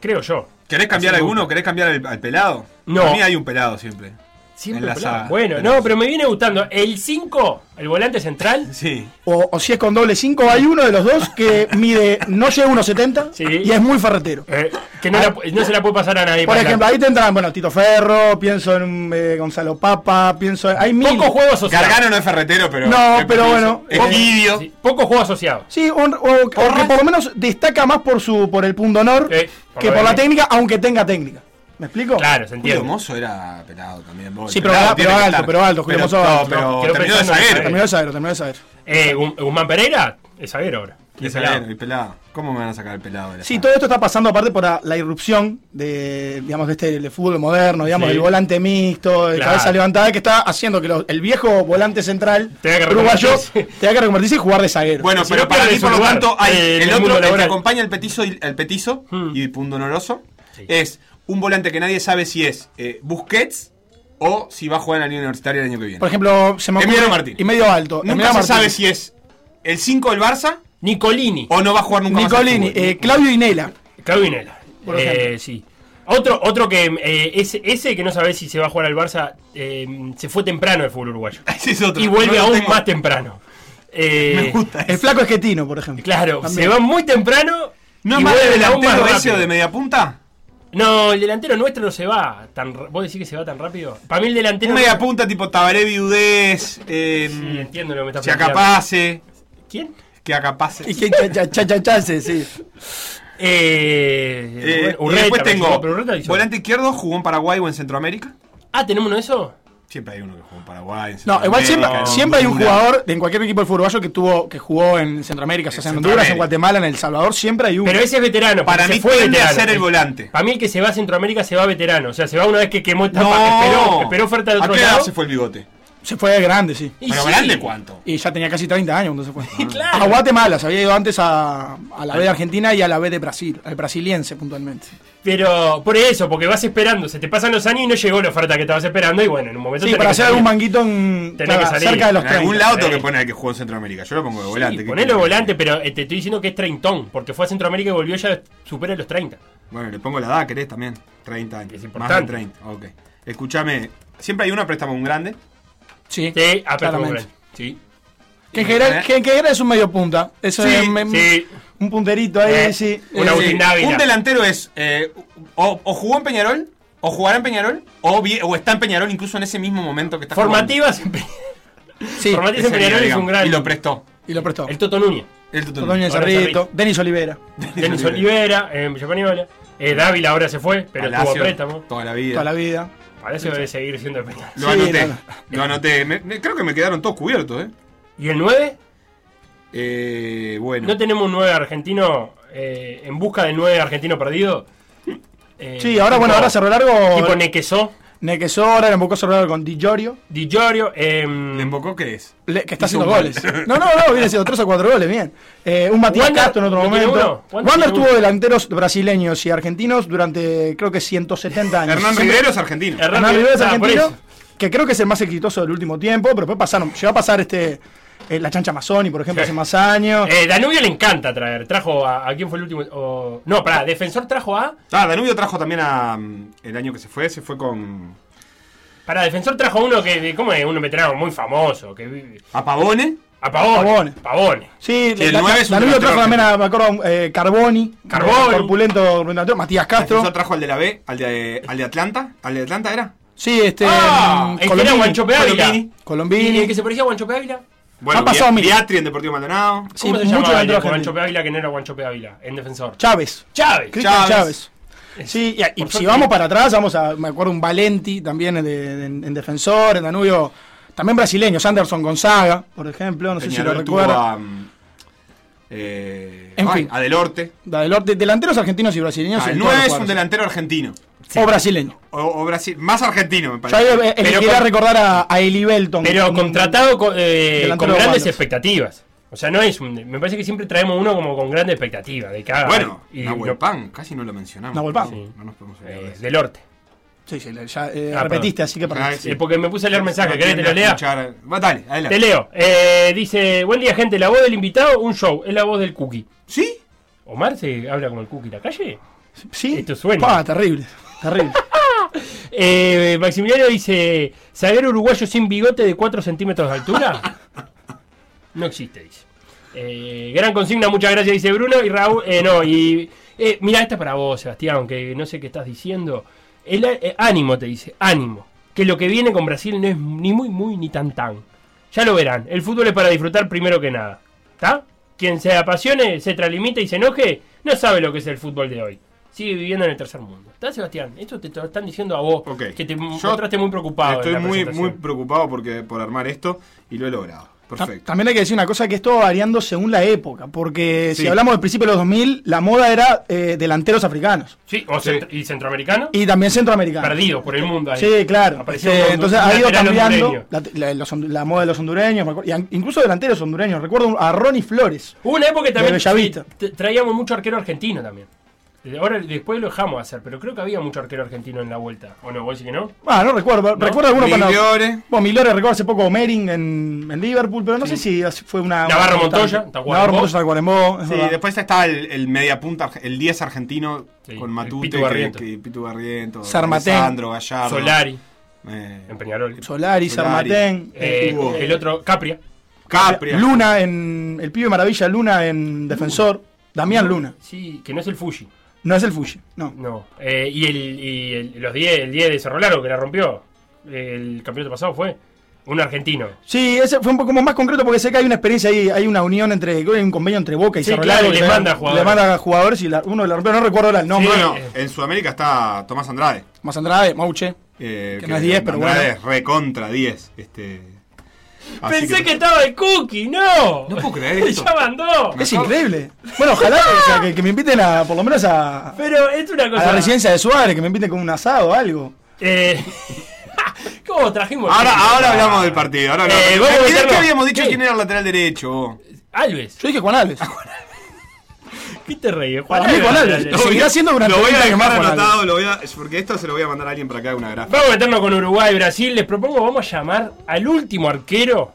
Speaker 1: Creo yo.
Speaker 2: ¿Querés cambiar
Speaker 1: Así me
Speaker 2: alguno?
Speaker 1: gusta.
Speaker 2: ¿Querés cambiar al, al pelado?
Speaker 1: No.
Speaker 2: A mí hay un pelado siempre.
Speaker 1: Siempre
Speaker 2: En la
Speaker 1: pelado.
Speaker 2: saga.
Speaker 1: Bueno,
Speaker 2: Pelado.
Speaker 1: no, pero me viene gustando. El 5, el volante central.
Speaker 2: Sí.
Speaker 3: O, o si es con doble 5, hay uno de los dos que mide, no llega a 1,70
Speaker 1: Sí.
Speaker 3: y es muy ferretero.
Speaker 1: eh, que
Speaker 2: ah,
Speaker 1: no, la pu- no se la puede pasar a nadie.
Speaker 3: Por
Speaker 1: para
Speaker 3: ejemplo,
Speaker 1: adelante.
Speaker 3: ahí tendrán, bueno, Tito Ferro, pienso en un, eh, Gonzalo Papa, pienso en. Hay mil.
Speaker 1: poco juego asociado.
Speaker 2: Gargano no es ferretero, pero.
Speaker 3: No,
Speaker 2: es
Speaker 3: pero
Speaker 2: preciso.
Speaker 3: bueno,
Speaker 2: Es
Speaker 3: eh,
Speaker 2: tibio.
Speaker 1: Sí, poco juego asociado.
Speaker 3: Sí, un- o, o que por lo menos destaca más por su por el punto honor
Speaker 1: Sí, por
Speaker 3: que
Speaker 1: lo
Speaker 3: por la
Speaker 1: menos.
Speaker 3: técnica, aunque tenga técnica. ¿Me explico?
Speaker 1: Claro, se
Speaker 2: Julio
Speaker 1: entiende.
Speaker 2: Mozo era pelado también. vos.
Speaker 3: Sí, pero
Speaker 2: Pelado
Speaker 3: alto,
Speaker 2: tiene
Speaker 3: pero
Speaker 2: que
Speaker 3: alto,
Speaker 2: estar.
Speaker 3: pero alto, Julio
Speaker 2: Pero-
Speaker 3: Mozo
Speaker 2: No,
Speaker 3: alto.
Speaker 2: pero
Speaker 1: Quedó
Speaker 2: terminó de
Speaker 1: pensando en
Speaker 2: zaguero.
Speaker 3: Terminó de saber, terminó de saber.
Speaker 1: Eh, Gu- Guzmán Pereira es zaguero ahora.
Speaker 2: De zaguero, y pelado. ¿Cómo me van a sacar el pelado? de la
Speaker 3: Sí,
Speaker 2: saga?
Speaker 3: todo esto está pasando aparte por la, la irrupción de, digamos, de este del fútbol moderno, digamos,
Speaker 1: Sí.
Speaker 3: del volante mixto, de
Speaker 1: Claro.
Speaker 3: cabeza levantada, que está haciendo que los- el viejo volante central
Speaker 1: Tenga que
Speaker 3: uruguyo
Speaker 1: reconvertirse.
Speaker 3: tenga que reconvertirse y jugar de zaguero.
Speaker 2: Bueno,
Speaker 1: Si
Speaker 2: pero
Speaker 1: no
Speaker 2: para
Speaker 1: pierde
Speaker 2: mí,
Speaker 1: su
Speaker 2: por lo
Speaker 1: lugar
Speaker 2: tanto, hay
Speaker 1: en
Speaker 2: el
Speaker 1: el
Speaker 2: otro,
Speaker 1: mundo
Speaker 2: el que
Speaker 1: laboral.
Speaker 2: acompaña el petizo y, el petizo
Speaker 1: Hmm.
Speaker 2: y punto honoroso,
Speaker 1: Sí.
Speaker 2: es un volante que nadie sabe si es eh, Busquets o si va a jugar en la Liga Universitaria el año que viene.
Speaker 3: Por ejemplo, se me
Speaker 2: Emiliano
Speaker 3: ocurre-
Speaker 2: Martín.
Speaker 3: y medio alto.
Speaker 2: nunca
Speaker 3: Emiliano
Speaker 2: se
Speaker 3: Martín.
Speaker 2: sabe si es el 5 del Barça
Speaker 1: Nicolini.
Speaker 2: o no va a jugar nunca más al
Speaker 3: Nicolini,
Speaker 2: fútbol.
Speaker 3: eh, Claudio Inela.
Speaker 1: Claudio Inela.
Speaker 3: Por
Speaker 1: Eh,
Speaker 3: ejemplo.
Speaker 1: sí. Otro, otro que eh, ese, ese que no sabe si se va a jugar al Barça eh, se fue temprano del fútbol uruguayo.
Speaker 2: Ese es otro.
Speaker 1: Y vuelve
Speaker 2: No lo
Speaker 1: aún
Speaker 2: tengo.
Speaker 1: más temprano. Eh,
Speaker 2: Me gusta
Speaker 3: El
Speaker 2: ese.
Speaker 3: flaco esquetino, por ejemplo.
Speaker 1: Claro,
Speaker 3: También.
Speaker 1: se va muy temprano.
Speaker 2: ¿No
Speaker 1: y
Speaker 2: es más de
Speaker 1: vuelve aún más
Speaker 2: delantero ese
Speaker 1: rápido.
Speaker 2: o de media punta?
Speaker 1: No, el delantero nuestro no se va tan. r- ¿Vos decís que se va tan rápido? Para mí el delantero.
Speaker 2: Un media punta tipo Tabaré Viudés. Eh,
Speaker 1: Sí, entiendo lo que me estás
Speaker 2: que
Speaker 1: planteando.
Speaker 2: acapase.
Speaker 1: ¿Quién?
Speaker 2: Que acapase.
Speaker 3: Y que cha- cha- cha- cha- chance, sí.
Speaker 1: Eh.
Speaker 2: Eh,
Speaker 1: Urreta,
Speaker 2: y después
Speaker 1: me
Speaker 2: tengo
Speaker 1: equivoco, pero Urreta hizo-
Speaker 2: volante izquierdo, jugó en Paraguay o en Centroamérica.
Speaker 1: Ah, ¿tenemos uno de eso?
Speaker 2: Siempre hay uno que jugó en Paraguay. En
Speaker 3: No, igual siempre,
Speaker 2: Centroamérica, en
Speaker 3: siempre hay un
Speaker 2: Honduras.
Speaker 3: jugador en cualquier equipo del fútbol uruguayo que tuvo, que jugó en Centroamérica, o sea,
Speaker 2: En
Speaker 3: en Honduras, en
Speaker 2: Centroamérica.
Speaker 3: Guatemala, en El Salvador, siempre hay uno.
Speaker 1: Pero ese es veterano. porque
Speaker 2: Para
Speaker 1: se
Speaker 2: mí
Speaker 1: fue
Speaker 2: tiende a
Speaker 1: veterano.
Speaker 2: ser el volante.
Speaker 1: Para mí el que se va a Centroamérica se va veterano. O sea, se va una vez que quemó etapa,
Speaker 2: No,
Speaker 1: esperó, esperó oferta de
Speaker 2: ¿A
Speaker 1: otro
Speaker 2: qué edad
Speaker 1: lado.
Speaker 2: se fue el bigote?
Speaker 3: Se fue grande, sí.
Speaker 1: Y
Speaker 2: ¿Pero
Speaker 1: sí.
Speaker 2: grande cuánto?
Speaker 3: Y ya tenía casi 30 años cuando se fue.
Speaker 1: claro.
Speaker 3: A Guatemala, se había ido antes a, a la B de Argentina y a la B de Brasil, al brasiliense puntualmente.
Speaker 1: Pero por eso, porque vas esperando, se te pasan los años y no llegó la oferta que estabas esperando. Y bueno, en un momento.
Speaker 3: Sí,
Speaker 1: tenés
Speaker 3: para
Speaker 1: que
Speaker 3: hacer
Speaker 1: salir.
Speaker 3: algún manguito en,
Speaker 1: Tenés
Speaker 3: claro,
Speaker 1: que salir.
Speaker 3: cerca de los
Speaker 2: En
Speaker 3: 30.
Speaker 2: algún lado tengo que
Speaker 1: sí.
Speaker 2: poner al que jugó en Centroamérica. Yo lo pongo de
Speaker 1: Sí,
Speaker 2: volante. ¿qué
Speaker 1: ponelo
Speaker 2: quiere?
Speaker 1: volante, pero eh, te estoy diciendo que es treintón, porque fue a Centroamérica y volvió ya supera los 30.
Speaker 2: Bueno, le pongo la edad, querés también. 30 años.
Speaker 1: Es
Speaker 2: Más de
Speaker 1: importante.
Speaker 2: 30. Ok. Escúchame. Siempre hay uno a préstamo a un grande.
Speaker 3: Sí,
Speaker 1: Sí, a préstamo
Speaker 3: Claramente.
Speaker 1: grande. Sí.
Speaker 3: Que en general, que en general es un medio punta. Eso
Speaker 2: Sí,
Speaker 3: es me-
Speaker 1: Eh. sí.
Speaker 3: un punterito ahí,
Speaker 1: Eh,
Speaker 3: sí.
Speaker 1: una
Speaker 3: Eh,
Speaker 1: Agustín Dávila.
Speaker 2: un delantero es. eh, o, o jugó en Peñarol, o jugará en Peñarol, o, vi- o está en Peñarol incluso en ese mismo momento que está
Speaker 1: Formativas en Pe-
Speaker 3: sí.
Speaker 1: Formativas
Speaker 2: jugando.
Speaker 1: en
Speaker 2: Ese día,
Speaker 1: Peñarol es un
Speaker 2: digamos,
Speaker 1: gran.
Speaker 2: Y lo prestó.
Speaker 3: Y lo prestó.
Speaker 1: El Toto Núñez.
Speaker 2: El Tutu
Speaker 3: Antonio
Speaker 2: Núñez.
Speaker 1: Ahora
Speaker 3: Cerrito, Denis Olivera.
Speaker 1: Denis Olivera, eh, Giovanni Eh, Dávila ahora se fue, pero
Speaker 2: Palacio,
Speaker 1: estuvo a préstamo.
Speaker 2: Toda la vida.
Speaker 3: Toda la vida.
Speaker 1: Palacio debe seguir siendo el Peñarol.
Speaker 2: Lo
Speaker 3: Sí,
Speaker 2: anoté.
Speaker 3: no, no.
Speaker 2: Lo anoté. Me- me- creo que me quedaron todos cubiertos, ¿eh?
Speaker 1: ¿Y el 9?
Speaker 2: Eh, bueno.
Speaker 1: ¿No tenemos un 9 argentino eh, en busca del 9 argentino perdido? Eh,
Speaker 3: Sí, ahora,
Speaker 1: tipo-
Speaker 3: bueno, ahora Cerro
Speaker 1: Tipo
Speaker 3: Largo.
Speaker 1: Nequesó,
Speaker 3: Nequesora, le embocó Cerro Largo con Di Giorgio,
Speaker 1: Di Giorgio, eh,
Speaker 2: ¿Le embocó qué es?
Speaker 3: le- que está
Speaker 2: Hizo
Speaker 3: haciendo
Speaker 2: un gol.
Speaker 3: goles. No, no, no, viene haciendo 3 o 4 goles, bien. Eh, un Matías
Speaker 1: Wander,
Speaker 3: Castro en otro
Speaker 1: ¿no tiene
Speaker 3: momento.
Speaker 1: uno? Wander
Speaker 3: Wander
Speaker 1: tiene
Speaker 3: tuvo
Speaker 1: uno.
Speaker 3: delanteros brasileños y argentinos durante, creo que 170 años.
Speaker 2: Hernán
Speaker 3: Siempre-
Speaker 2: Rivero es argentino.
Speaker 1: Hernán
Speaker 3: Hernán Rivero es
Speaker 1: Ah, por
Speaker 3: argentino,
Speaker 1: eso.
Speaker 3: que creo que es el más exitoso del último tiempo, pero puede pasar, llegó a pasar este eh, la chancha Mazzoni, por ejemplo,
Speaker 1: Sí.
Speaker 3: hace más años.
Speaker 1: eh, Danubio le encanta traer. Trajo a. ¿A quién fue el último? O- no, pará, Defensor trajo a.
Speaker 2: Ah, Danubio trajo también a. mm, El año que se fue, se fue con.
Speaker 1: Para Defensor trajo uno que. de- ¿Cómo es? Un veterano muy famoso. Que, vive-
Speaker 2: A Pavone.
Speaker 1: a Pavone.
Speaker 3: Pavone.
Speaker 1: Pavone.
Speaker 3: Sí,
Speaker 2: Sí, el
Speaker 3: la-
Speaker 2: nueve es un
Speaker 3: Danubio
Speaker 2: delantero
Speaker 3: trajo también a, me acuerdo, eh, Carboni,
Speaker 1: Carboni.
Speaker 3: corpulento delantero, Matías
Speaker 2: Defensor
Speaker 3: Castro.
Speaker 2: trajo al de la B, al de, al de Atlanta. ¿Al de Atlanta era?
Speaker 3: Sí, este
Speaker 1: Ah,
Speaker 3: mm,
Speaker 1: el que era Guanchope Ávila.
Speaker 2: Colombini.
Speaker 1: ¿Y
Speaker 3: Colombini.
Speaker 1: el que se parecía a Guanchope Ávila?
Speaker 2: Bueno,
Speaker 3: Han pasado
Speaker 2: Bia-
Speaker 3: mil.
Speaker 2: Biatri en Deportivo Maldonado.
Speaker 3: Sí,
Speaker 1: ¿Cómo se llamaba
Speaker 3: mucho
Speaker 1: el de
Speaker 3: delantero
Speaker 1: Guanchope
Speaker 3: argentino.
Speaker 1: Ávila que no era Guanchope Ávila? En Defensor.
Speaker 3: Chávez.
Speaker 1: Chávez.
Speaker 3: Cristian
Speaker 2: Chávez.
Speaker 3: Chávez. Sí, y- y,
Speaker 1: Por
Speaker 3: si
Speaker 1: suerte.
Speaker 3: vamos para atrás, vamos a, me acuerdo un Valenti también en, de- en- en defensor, en Danubio, también brasileños, Anderson Gonzaga, por ejemplo, no sé si lo
Speaker 2: Peñarol tuvo
Speaker 3: recuerda.
Speaker 2: a, mm, eh,
Speaker 3: En
Speaker 2: ay,
Speaker 3: fin.
Speaker 2: A Del Orte.
Speaker 3: Da- del- de- delanteros argentinos y brasileños.
Speaker 2: Ah,
Speaker 3: en
Speaker 2: el
Speaker 3: todos
Speaker 2: 9 es
Speaker 3: los
Speaker 2: un
Speaker 3: cuadros.
Speaker 2: delantero argentino.
Speaker 3: O brasileño.
Speaker 2: O, o Brasil. Más argentino, me
Speaker 3: Yo
Speaker 2: parece.
Speaker 3: ahí eh,
Speaker 1: Pero
Speaker 3: elegiría
Speaker 1: con-
Speaker 3: recordar a, a Eli Belton.
Speaker 1: Pero
Speaker 3: Un-
Speaker 1: contratado con, eh,
Speaker 3: Delantero
Speaker 1: con
Speaker 3: de
Speaker 1: grandes
Speaker 3: Wallace.
Speaker 1: expectativas. O sea, no es un- Me parece que siempre traemos uno como con grande expectativa. De cada
Speaker 2: Bueno,
Speaker 1: y
Speaker 2: Nahuel
Speaker 1: no-
Speaker 2: Pan, casi no lo mencionamos.
Speaker 3: Nahuel Pan.
Speaker 2: No, no nos podemos olvidar de
Speaker 1: eh,
Speaker 2: eso.
Speaker 1: del norte.
Speaker 3: Sí, sí, ya eh,
Speaker 1: Ah,
Speaker 3: repetiste, así que
Speaker 2: Ah,
Speaker 3: perdón.
Speaker 2: sí.
Speaker 1: Eh, porque me puse a leer mensajes.
Speaker 2: No
Speaker 1: ¿Querés que te lo
Speaker 2: tiende a
Speaker 1: lea?
Speaker 2: escuchar- Va, dale,
Speaker 1: Te
Speaker 2: adelante.
Speaker 1: leo. Eh, dice: Buen día, gente. La voz del invitado, un show. Es la voz del cookie.
Speaker 2: ¿Sí?
Speaker 1: ¿Omar se habla como el cookie en la calle?
Speaker 3: Sí.
Speaker 1: Esto suena.
Speaker 3: Pa, terrible, terrible.
Speaker 1: Eh, Maximiliano dice: ¿Saber uruguayo sin bigote de 4 centímetros de altura? No existe, dice. Eh, gran consigna, muchas gracias, dice Bruno. Y Raúl, eh, no, y. Eh, mira, esta es para vos, Sebastián, aunque no sé qué estás diciendo. El, eh, ánimo, te dice, ánimo. Que lo que viene con Brasil no es ni muy, muy, ni tan, tan. Ya lo verán, el fútbol es para disfrutar primero que nada. ¿Está? Quien se apasione, se tralimite y se enoje, no sabe lo que es el fútbol de hoy. Sigue viviendo en el tercer mundo. ¿Está, Sebastián? Esto te lo están diciendo a vos,
Speaker 2: Ok.
Speaker 1: que te
Speaker 2: Yo
Speaker 1: mostraste muy preocupado. en
Speaker 2: Estoy
Speaker 1: la
Speaker 2: muy, muy
Speaker 1: presentación.
Speaker 2: preocupado porque, por armar esto y lo he logrado.
Speaker 3: Ta-
Speaker 2: Perfecto.
Speaker 3: También hay que decir una cosa que esto va variando según la época, porque
Speaker 2: Sí.
Speaker 3: si hablamos del principio de los 2000, la moda era eh, delanteros africanos
Speaker 1: Sí, o
Speaker 2: Sí.
Speaker 1: cent- y centroamericano,
Speaker 3: y también centroamericanos.
Speaker 1: perdido por el mundo. ahí.
Speaker 3: Sí, claro.
Speaker 1: Apareció
Speaker 3: Este,
Speaker 1: un-
Speaker 3: entonces
Speaker 1: un
Speaker 3: ha ido
Speaker 1: lateral
Speaker 3: cambiando
Speaker 1: hondureño.
Speaker 3: la, la- los hondu- la moda de los hondureños, me acuerdo, y an- incluso delanteros hondureños. Recuerdo a Ronnie Flores.
Speaker 1: Hubo una época que también
Speaker 3: De Bellavista.
Speaker 1: sí, t- traíamos mucho arquero argentino también. Eh, Ahora después lo dejamos de hacer, pero creo que había mucho arquero argentino en la vuelta. ¿O no? ¿Vos decís que no?
Speaker 3: Ah, no recuerdo. Recuerdo alguno para.
Speaker 2: Migliore.
Speaker 3: Bueno, Milore recuerdo hace poco Mering en, en Liverpool, pero no sé si hace- fue una.
Speaker 1: Navarro
Speaker 3: una-
Speaker 1: Montoya, Tacuarembó.
Speaker 3: Navarro Montoya, Tacuarembó. es
Speaker 2: Sí,
Speaker 3: verdad.
Speaker 2: después está el, el mediapunta, el 10 argentino
Speaker 1: Sí,
Speaker 2: con
Speaker 1: el
Speaker 2: Matute,
Speaker 1: Pitu
Speaker 2: que-
Speaker 1: Barrientos.
Speaker 2: que- Pitu Barrientos,
Speaker 3: Sarmatén.
Speaker 2: Alessandro, Gallardo,
Speaker 1: Solari,
Speaker 2: eh,
Speaker 1: en Peñarol.
Speaker 3: Solari,
Speaker 2: Solari.
Speaker 3: Sarmatén.
Speaker 1: Eh,
Speaker 2: Hugo.
Speaker 1: el otro, Capria.
Speaker 2: Capria.
Speaker 3: Luna en. El pibe maravilla, Luna en Defensor. Damián Luna.
Speaker 1: Sí, que no es el Fuji.
Speaker 3: No es el Fuji, no.
Speaker 1: No. Eh, y el, y el- los 10, el 10 de Cerro Largo que la rompió el campeonato pasado fue un argentino.
Speaker 3: Sí, ese fue un poco más concreto porque sé que hay una experiencia ahí, hay una unión entre, creo que hay un convenio entre Boca y
Speaker 1: Sí,
Speaker 3: Cerro
Speaker 1: claro,
Speaker 3: Largo
Speaker 1: y
Speaker 3: que
Speaker 1: le
Speaker 3: le-
Speaker 1: manda jugadores.
Speaker 3: Le manda jugadores y la- uno de los no recuerdo ahora el nombre.
Speaker 1: Sí.
Speaker 2: Bueno, en Sudamérica está Tomás Andrade.
Speaker 3: Más Andrade, Mauche.
Speaker 2: eh,
Speaker 3: Que no es 10, pero
Speaker 2: Andrade
Speaker 3: bueno.
Speaker 2: es recontra 10. Este, así
Speaker 1: Pensé que... estaba el Cookie, no.
Speaker 2: No puedo creer esto.
Speaker 1: ya mandó.
Speaker 3: Es increíble. Bueno, ojalá o sea, que, que me inviten a, por lo menos a,
Speaker 1: Pero es una
Speaker 3: a
Speaker 1: cosa.
Speaker 3: la residencia de Suárez, que me inviten con un asado o algo.
Speaker 1: Eh, ¿Cómo trajimos?
Speaker 2: Ahora, ahora hablamos del partido. Ahora hablamos
Speaker 1: Eh,
Speaker 2: del
Speaker 1: voy a
Speaker 2: partido.
Speaker 1: meterlo.
Speaker 2: que habíamos dicho
Speaker 1: Sí.
Speaker 2: quién era el lateral derecho. vos?
Speaker 1: Alves,
Speaker 3: Yo dije Juan Alves.
Speaker 1: ¿qué te reí? Juan
Speaker 3: Para mí Juan
Speaker 1: Alves.
Speaker 3: Alves. Lo seguirá siendo durante
Speaker 2: Lo voy a
Speaker 3: 30 años más,
Speaker 2: dejar
Speaker 3: Juan Alves.
Speaker 2: anotado, lo voy a, es porque esto se lo voy a mandar a alguien para que haga una gráfica.
Speaker 1: Vamos a meternos con Uruguay, Brasil. Les propongo, vamos a llamar al último arquero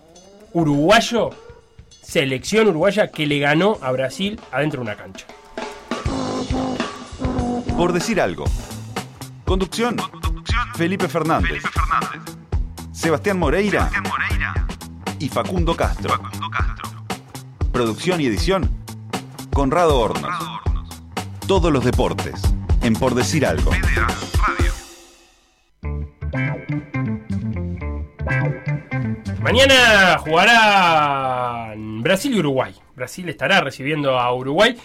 Speaker 1: uruguayo, selección uruguaya, que le ganó a Brasil adentro de una cancha.
Speaker 5: Por decir algo. Conducción. Felipe Fernández. Sebastián Moreira. Y Facundo Castro. Producción y edición. Conrado Hornos. Todos los deportes. En Por decir algo.
Speaker 1: Mañana jugarán Brasil y Uruguay. Brasil estará recibiendo a Uruguay.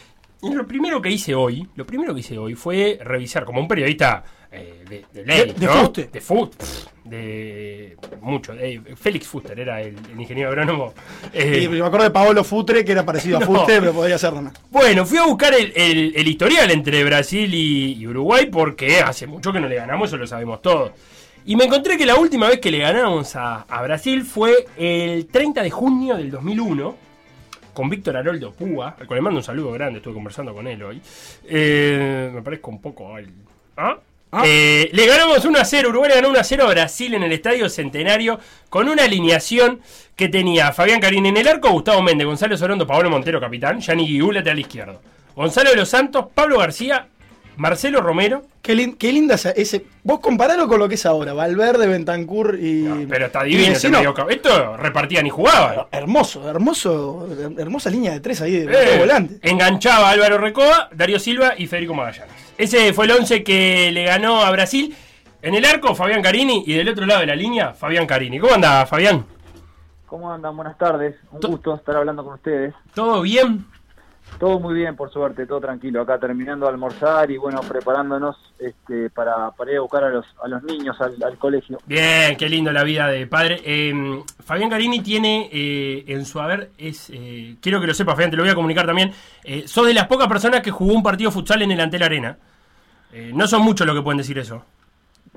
Speaker 1: Y lo primero que hice hoy, lo primero que hice hoy fue revisar, como un periodista eh, de, de ley,
Speaker 3: De- de
Speaker 1: ¿no?
Speaker 3: fuste.
Speaker 1: De fut- pff, de mucho. eh, Félix Fuster era el, el ingeniero agrónomo. Eh,
Speaker 3: Y me acuerdo de Paolo Futre, que era parecido a
Speaker 1: No.
Speaker 3: Futre, pero podría ser nomás.
Speaker 1: Bueno, fui a buscar el, el- el historial entre Brasil y, y Uruguay porque hace mucho que no le ganamos, eso lo sabemos todos. Y me encontré que la última vez que le ganamos a, a Brasil fue el 30 de junio del 2001 con Víctor Haroldo Púa, al cual le mando un saludo grande, estuve conversando con él hoy. Eh, me parezco un poco al... ¿Ah? Eh, le ganamos 1 a 0, Uruguay le ganó 1 a 0 a Brasil en el Estadio Centenario con una alineación que tenía Fabián Carín en el arco, Gustavo Méndez, Gonzalo Sorondo, Pablo Montero, capitán, Gianni Guiú, lateral izquierdo, Gonzalo de los Santos, Pablo García, Marcelo Romero,
Speaker 3: Qué, lin- qué linda esa- ese. Vos comparalo con lo que es ahora. Valverde, Bentancur y.
Speaker 1: pero está
Speaker 3: y
Speaker 1: divino, este
Speaker 3: Vecino.
Speaker 1: mediocampo. esto repartían y jugaban.
Speaker 3: Hermoso, hermoso, hermosa línea de tres ahí de,
Speaker 1: Eh,
Speaker 3: de volante.
Speaker 1: Enganchaba a Álvaro Recoba, Darío Silva y Federico Magallanes. Ese fue el 11 que le ganó a Brasil. En el arco, Fabián Carini. Y del otro lado de la línea, Fabián Carini. ¿Cómo anda, Fabián?
Speaker 6: ¿Cómo andan? Buenas tardes. Un
Speaker 1: To-
Speaker 6: gusto estar hablando con ustedes.
Speaker 1: ¿Todo bien?
Speaker 6: Todo muy bien, por suerte, todo tranquilo. Acá terminando de almorzar y bueno, preparándonos este, para, para ir a buscar a los, a los niños al, al colegio.
Speaker 1: Bien, qué lindo la vida de padre. Eh, Fabián Carini tiene eh, en su haber, es eh, quiero que lo sepas, Fabián, te lo voy a comunicar también. Eh, sos de las pocas personas que jugó un partido futsal en el Antel Arena. Eh, no son muchos los que pueden decir eso.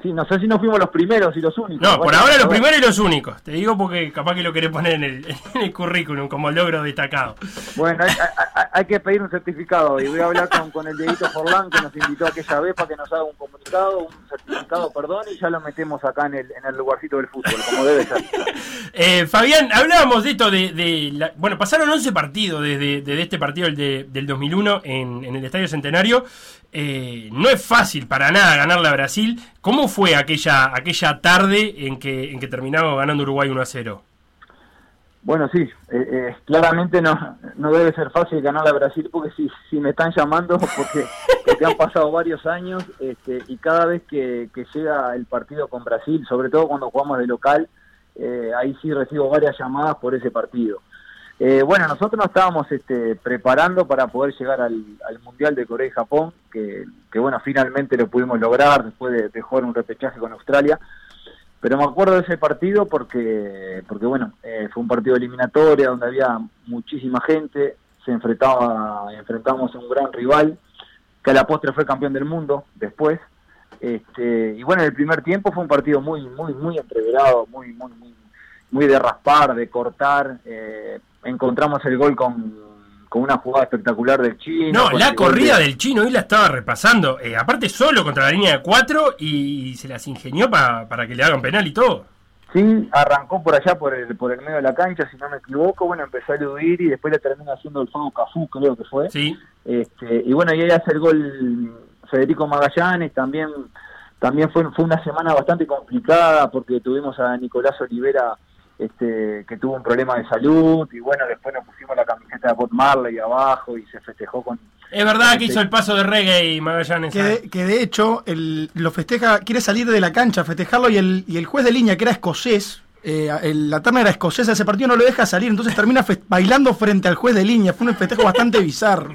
Speaker 6: Sí, no sé si no fuimos los primeros y los únicos.
Speaker 1: No, por
Speaker 6: Bueno,
Speaker 1: ahora los
Speaker 6: a ver.
Speaker 1: primeros y los únicos. Te digo porque capaz que lo querés poner en el, en el currículum como logro destacado.
Speaker 6: Bueno, hay, hay- hay- hay que pedir un certificado y voy a hablar con, con el dedito Forlán que nos invitó aquella vez para que nos haga un comunicado, un certificado, perdón, y ya lo metemos acá en el, en el lugarcito del fútbol, como debe ser.
Speaker 1: Eh, Fabián, hablábamos de esto de... de la- bueno, pasaron 11 partidos desde, desde este partido el de- del 2001 en, en el Estadio Centenario. Eh, no es fácil para nada ganarle a Brasil. ¿Cómo fue aquella, aquella tarde en que, en que terminaba ganando Uruguay 1 a 0?
Speaker 6: Bueno, sí, eh, eh, claramente no, no debe ser fácil ganar a Brasil porque si, si me están llamando, porque, porque han pasado varios años este, y cada vez que, que llega el partido con Brasil, sobre todo cuando jugamos de local, eh, ahí sí recibo varias llamadas por ese partido. Eh, bueno, nosotros nos estábamos este, preparando para poder llegar al, al Mundial de Corea y Japón, que, que bueno, finalmente lo pudimos lograr después de- de jugar un repechaje con Australia pero me acuerdo de ese partido porque porque bueno eh, fue un partido eliminatoria donde había muchísima gente se enfrentaba enfrentamos a un gran rival que a la postre fue campeón del mundo después este, y bueno el primer tiempo fue un partido muy muy muy entreverado muy muy muy muy de raspar de cortar eh, encontramos el gol con con una jugada espectacular del chino
Speaker 1: No,
Speaker 6: con
Speaker 1: la
Speaker 6: el gol
Speaker 1: corrida
Speaker 6: de-
Speaker 1: del chino, hoy la estaba repasando. Eh, aparte solo contra la línea de 4 y, se las ingenió pa- para que le hagan penal y todo.
Speaker 6: Sí, arrancó por allá, por el, por el medio de la cancha, si no me equivoco. Bueno, empezó a eludir y después le terminó haciendo el fuego Cafú, creo que fue.
Speaker 1: Sí.
Speaker 6: Este, y bueno, y ahí hace el gol Federico Magallanes. También también fue, fue una semana bastante complicada porque tuvimos a Nicolás Olivera este, que tuvo un problema de salud y bueno, después nos pusimos la camiseta de Bob Marley abajo y se festejó con...
Speaker 1: Es verdad que hizo el paso de reggae Magallanes.
Speaker 3: Que de, que de hecho el- lo festeja, quiere salir de la cancha a festejarlo y el, y el juez de línea, que era escocés, eh, el- la terna era escocesa, ese partido no lo deja salir, entonces termina fest- bailando frente al juez de línea. Fue un festejo bastante bizarro.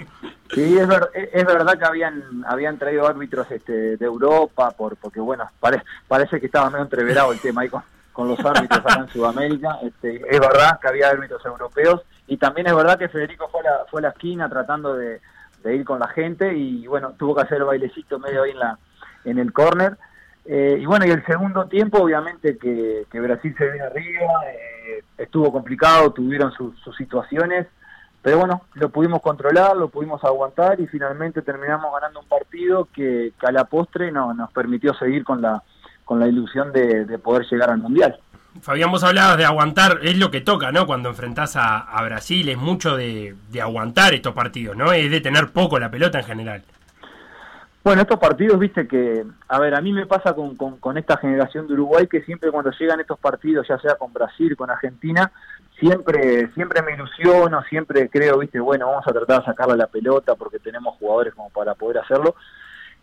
Speaker 6: Sí, es, ver- e, es- es verdad que habían habían traído árbitros este, de Europa, por porque bueno, pare- parece que estaba medio entreverado el tema ahí con, con los árbitros acá en Sudamérica. Este, es verdad que había árbitros europeos y también es verdad que Federico fue a la, fue a la esquina tratando de, de ir con la gente y bueno, tuvo que hacer el bailecito medio ahí en, la, en el córner. Eh, y bueno, y el segundo tiempo, obviamente que, que Brasil se vino arriba, eh, estuvo complicado, tuvieron sus- sus situaciones. Pero bueno, lo pudimos controlar, lo pudimos aguantar y finalmente terminamos ganando un partido que, que a la postre no, nos permitió seguir con la, con la ilusión de, de poder llegar al Mundial.
Speaker 1: Fabián, vos hablabas de aguantar, es lo que toca, ¿no? Cuando enfrentás a, a Brasil, es mucho de, de aguantar estos partidos, ¿no? Es de tener poco la pelota en general.
Speaker 6: Bueno, estos partidos, viste que, a ver, a mí me pasa con, con, con esta generación de Uruguay que siempre cuando llegan estos partidos, ya sea con Brasil, con Argentina, siempre siempre me ilusiono, siempre creo, viste, bueno, vamos a tratar de sacarle la pelota porque tenemos jugadores como para poder hacerlo.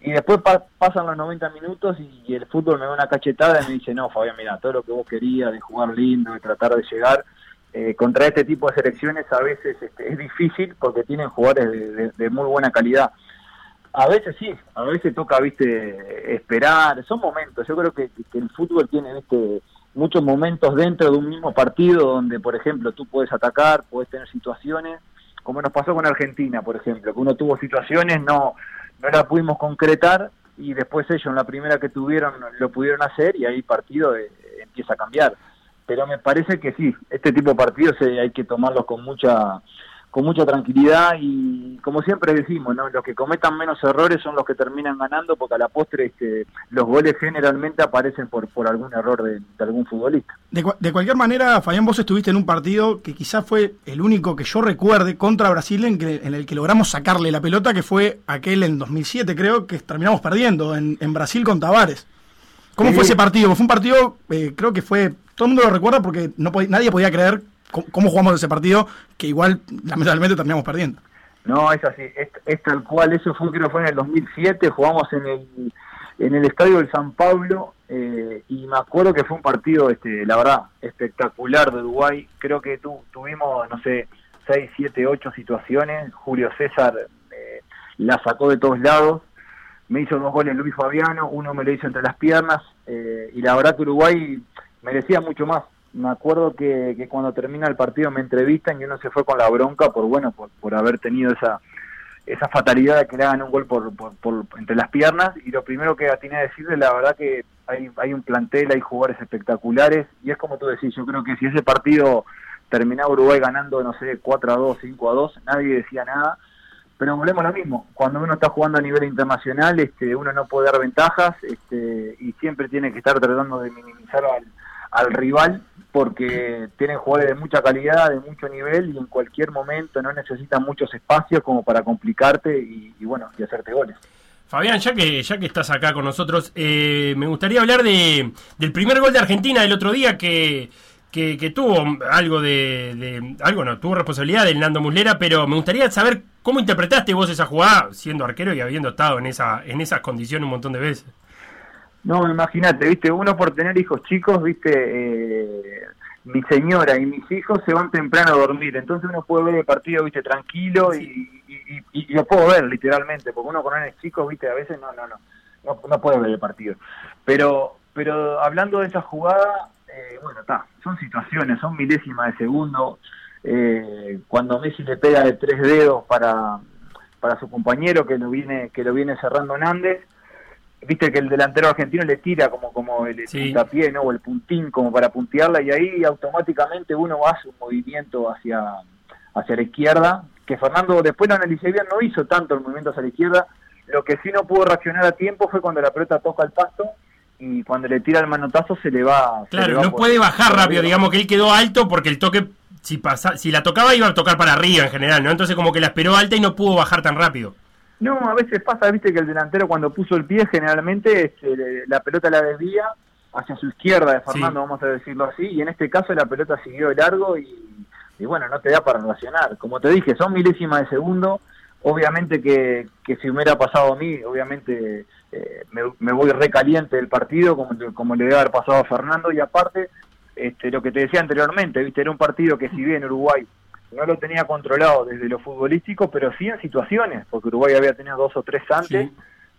Speaker 6: Y después pa- pasan los 90 minutos y, y el fútbol me da una cachetada y me dice, no, Fabián, mira, todo lo que vos querías de jugar lindo, de tratar de llegar, eh, contra este tipo de selecciones a veces este, es difícil porque tienen jugadores de- de- de muy buena calidad. A veces sí, a veces toca, viste, esperar, son momentos, yo creo que, que el fútbol tiene, viste, muchos momentos dentro de un mismo partido donde, por ejemplo, tú puedes atacar, puedes tener situaciones, como nos pasó con Argentina, por ejemplo, que uno tuvo situaciones, no, no la pudimos concretar y después ellos en la primera que tuvieron lo pudieron hacer y ahí el partido eh, empieza a cambiar. Pero me parece que sí, este tipo de partidos eh, hay que tomarlos con mucha con mucha tranquilidad y como siempre decimos, ¿no? los que cometan menos errores son los que terminan ganando porque a la postre este, los goles generalmente aparecen por, por algún error de, de algún futbolista.
Speaker 3: De, cua- de cualquier manera, Fabián, vos estuviste en un partido que quizás fue el único que yo recuerde contra Brasil en, que- en el que logramos sacarle la pelota, que fue aquel en 2007, creo, que terminamos perdiendo en, en Brasil con Tavares. ¿Cómo
Speaker 6: Sí.
Speaker 3: fue ese partido? Fue un partido, eh, creo que fue, todo el mundo lo recuerda porque no pod- nadie podía creer cómo, cómo jugamos ese partido, que igual lamentablemente terminamos perdiendo.
Speaker 6: No, es así, es, es tal cual, eso fue creo que fue en el 2007, jugamos en el, en el estadio del San Pablo eh, y me acuerdo que fue un partido, este, la verdad, espectacular de Uruguay, creo que tu, tuvimos, no sé, 6, 7, 8 situaciones, Julio César eh, la sacó de todos lados, me hizo dos goles Luis Fabiano, uno me lo hizo entre las piernas, eh, y la verdad que Uruguay merecía mucho más. Me acuerdo que, que cuando termina el partido me entrevistan y uno se fue con la bronca por bueno por, por haber tenido esa esa fatalidad de que le hagan un gol por, por- por- entre las piernas y lo primero que atiné a decirle la verdad que hay, hay un plantel, hay jugadores espectaculares y es como tú decís, yo creo que si ese partido terminaba Uruguay ganando no sé 4 a 2, 5 a 2, nadie decía nada pero volvemos a lo mismo. Cuando uno está jugando a nivel internacional, este, uno no puede dar ventajas este, y siempre tiene que estar tratando de minimizar al, al rival porque tienen jugadores de mucha calidad, de mucho nivel y en cualquier momento no necesitan muchos espacios como para complicarte y, y bueno, y hacerte goles.
Speaker 1: Fabián, ya que, ya que estás acá con nosotros, eh, me gustaría hablar de, del primer gol de Argentina del otro día que, que, que tuvo algo de, de- algo no, tuvo responsabilidad del Nando Muslera, pero me gustaría saber cómo interpretaste vos esa jugada siendo arquero y habiendo estado en esa, en esas condiciones un montón de veces.
Speaker 6: No, imagínate, viste, uno por tener hijos chicos, viste, eh, mi señora y mis hijos se van temprano a dormir, entonces uno puede ver el partido, viste, tranquilo y, y, y- y lo puedo ver literalmente, porque uno con nenes chicos, viste, a veces no, no, no, no, no puede ver el partido. Pero, pero hablando de esa jugada, eh, bueno, está, son situaciones, son milésimas de segundo. eh, cuando Messi le pega de tres dedos para, para su compañero que lo viene, que lo viene cerrando Nández viste que el delantero argentino le tira como como el
Speaker 1: Sí.
Speaker 6: puntapié no o el puntín como para puntearla y ahí automáticamente uno hace un movimiento hacia hacia la izquierda que Fernando después lo analicé bien no hizo tanto el movimiento hacia la izquierda lo que sí no pudo reaccionar a tiempo fue cuando la pelota toca el pasto y cuando le tira el manotazo se le va se le
Speaker 1: Claro,
Speaker 6: va
Speaker 1: no
Speaker 6: por-
Speaker 1: puede bajar
Speaker 6: por
Speaker 1: rápido,
Speaker 6: arriba.
Speaker 1: digamos que él quedó alto porque el toque, si, pasa, si la tocaba iba a tocar para arriba en general, ¿no? Entonces como que la esperó alta y no pudo bajar tan rápido.
Speaker 6: No, a veces pasa, viste, que el delantero cuando puso el pie generalmente este, le- la pelota la desvía hacia su izquierda de Fernando, vamos a decirlo así, y en este caso la pelota siguió de largo y, y bueno, no te da para relacionar. Como te dije, son milésimas de segundo. Obviamente que, que si hubiera pasado a mí, obviamente eh, me, me voy recaliente del partido, como, como le debe haber pasado a Fernando. Y aparte, este, lo que te decía anteriormente, viste era un partido que si bien Uruguay no lo tenía controlado desde lo futbolístico, pero sí en situaciones, porque Uruguay había tenido dos o tres antes.
Speaker 1: Sí.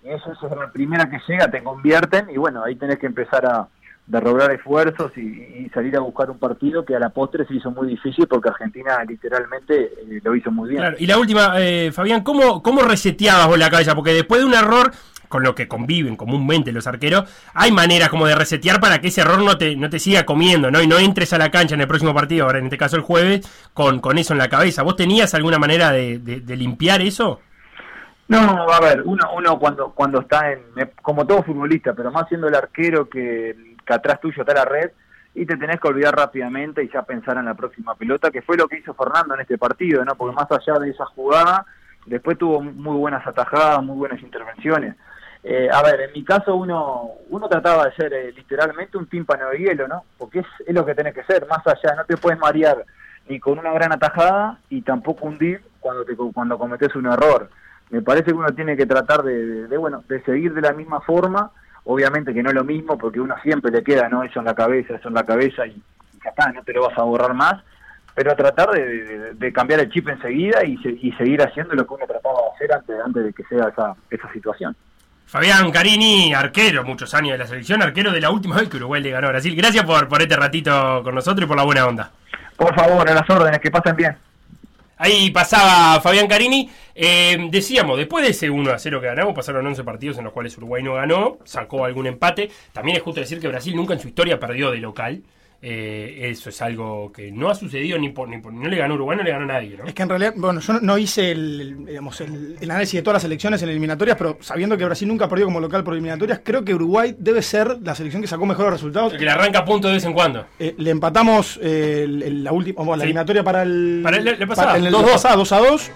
Speaker 6: Y eso, eso es la primera que llega, te convierten y bueno, ahí tenés que empezar a derroblar esfuerzos y, y salir a buscar un partido que a la postre se hizo muy difícil porque Argentina literalmente eh, lo hizo muy bien.
Speaker 1: Claro, y la última, eh, Fabián, ¿cómo, ¿cómo reseteabas vos la cabeza? Porque después de un error, con lo que conviven comúnmente los arqueros, hay maneras como de resetear para que ese error no te, no te siga comiendo, ¿no? Y no entres a la cancha en el próximo partido, ahora en este caso el jueves, con, con eso en la cabeza. ¿Vos tenías alguna manera de, de- de limpiar eso?
Speaker 6: No, a ver, uno, uno cuando, cuando está en, como todo futbolista, pero más siendo el arquero que, que atrás tuyo está la red, y te tenés que olvidar rápidamente y ya pensar en la próxima pelota, que fue lo que hizo Fernando en este partido, ¿no? Porque más allá de esa jugada, después tuvo muy buenas atajadas, muy buenas intervenciones. Eh, a ver, en mi caso uno, uno trataba de ser eh, literalmente un tímpano de hielo, ¿no? Porque es, es lo que tenés que ser, más allá, no te puedes marear ni con una gran atajada y tampoco hundir cuando, te, cuando cometes un error me parece que uno tiene que tratar de, de- de, bueno de seguir de la misma forma obviamente que no es lo mismo porque uno siempre le queda no eso en la cabeza eso en la cabeza y, y ya está no te lo vas a borrar más pero tratar de, de- de cambiar el chip enseguida y, se- y seguir haciendo lo que uno trataba de hacer antes antes de que sea esa, esa situación
Speaker 1: Fabián Carini, arquero, muchos años de la selección, arquero de la última vez que Uruguay le ganó a Brasil. Gracias por, por este ratito con nosotros y por la buena onda.
Speaker 6: por favor a las órdenes que pasen bien
Speaker 1: Ahí pasaba Fabián Carini. Eh, decíamos, después de ese 1 a 0 que ganamos, pasaron 11 partidos en los cuales Uruguay no ganó, sacó algún empate. También es justo decir que Brasil nunca en su historia perdió de local. Eh, eso es algo que no ha sucedido ni por, ni por- No le ganó Uruguay, no le ganó nadie, ¿no?
Speaker 3: Es que en realidad, bueno, yo no hice el, el, digamos, el, el análisis de todas las elecciones en eliminatorias, pero sabiendo que Brasil nunca perdió como local por eliminatorias, creo que Uruguay debe ser la selección que sacó mejores resultados.
Speaker 1: Que le arranca a punto de vez en cuando.
Speaker 3: Eh, le empatamos eh, el- el- la última, bueno, la
Speaker 1: Sí.
Speaker 3: eliminatoria para el.
Speaker 1: Para el- la pasada,
Speaker 3: en el-
Speaker 1: 2-2.
Speaker 3: la pasada, 2 a 2.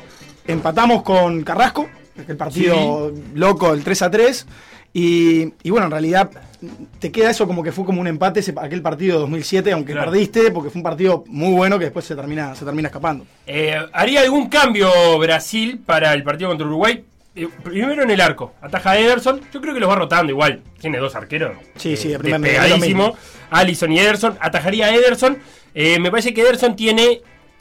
Speaker 3: Empatamos con Carrasco, el partido loco, el 3 a 3. Y, y bueno, en realidad te queda eso como que fue como un empate ese, aquel partido de 2007, aunque
Speaker 1: Claro.
Speaker 3: perdiste, porque fue un partido muy bueno que después se termina, se termina escapando.
Speaker 1: Eh, ¿Haría algún cambio Brasil para el partido contra Uruguay? Eh, primero en el arco, ataja a Ederson. Yo creo que los va rotando igual. Tiene dos arqueros. Eh,
Speaker 3: Sí, sí, de primer nivel, lo
Speaker 1: Pegadísimo.
Speaker 3: mismo.
Speaker 1: Allison y Ederson. Atajaría a Ederson. Eh, me parece que Ederson tiene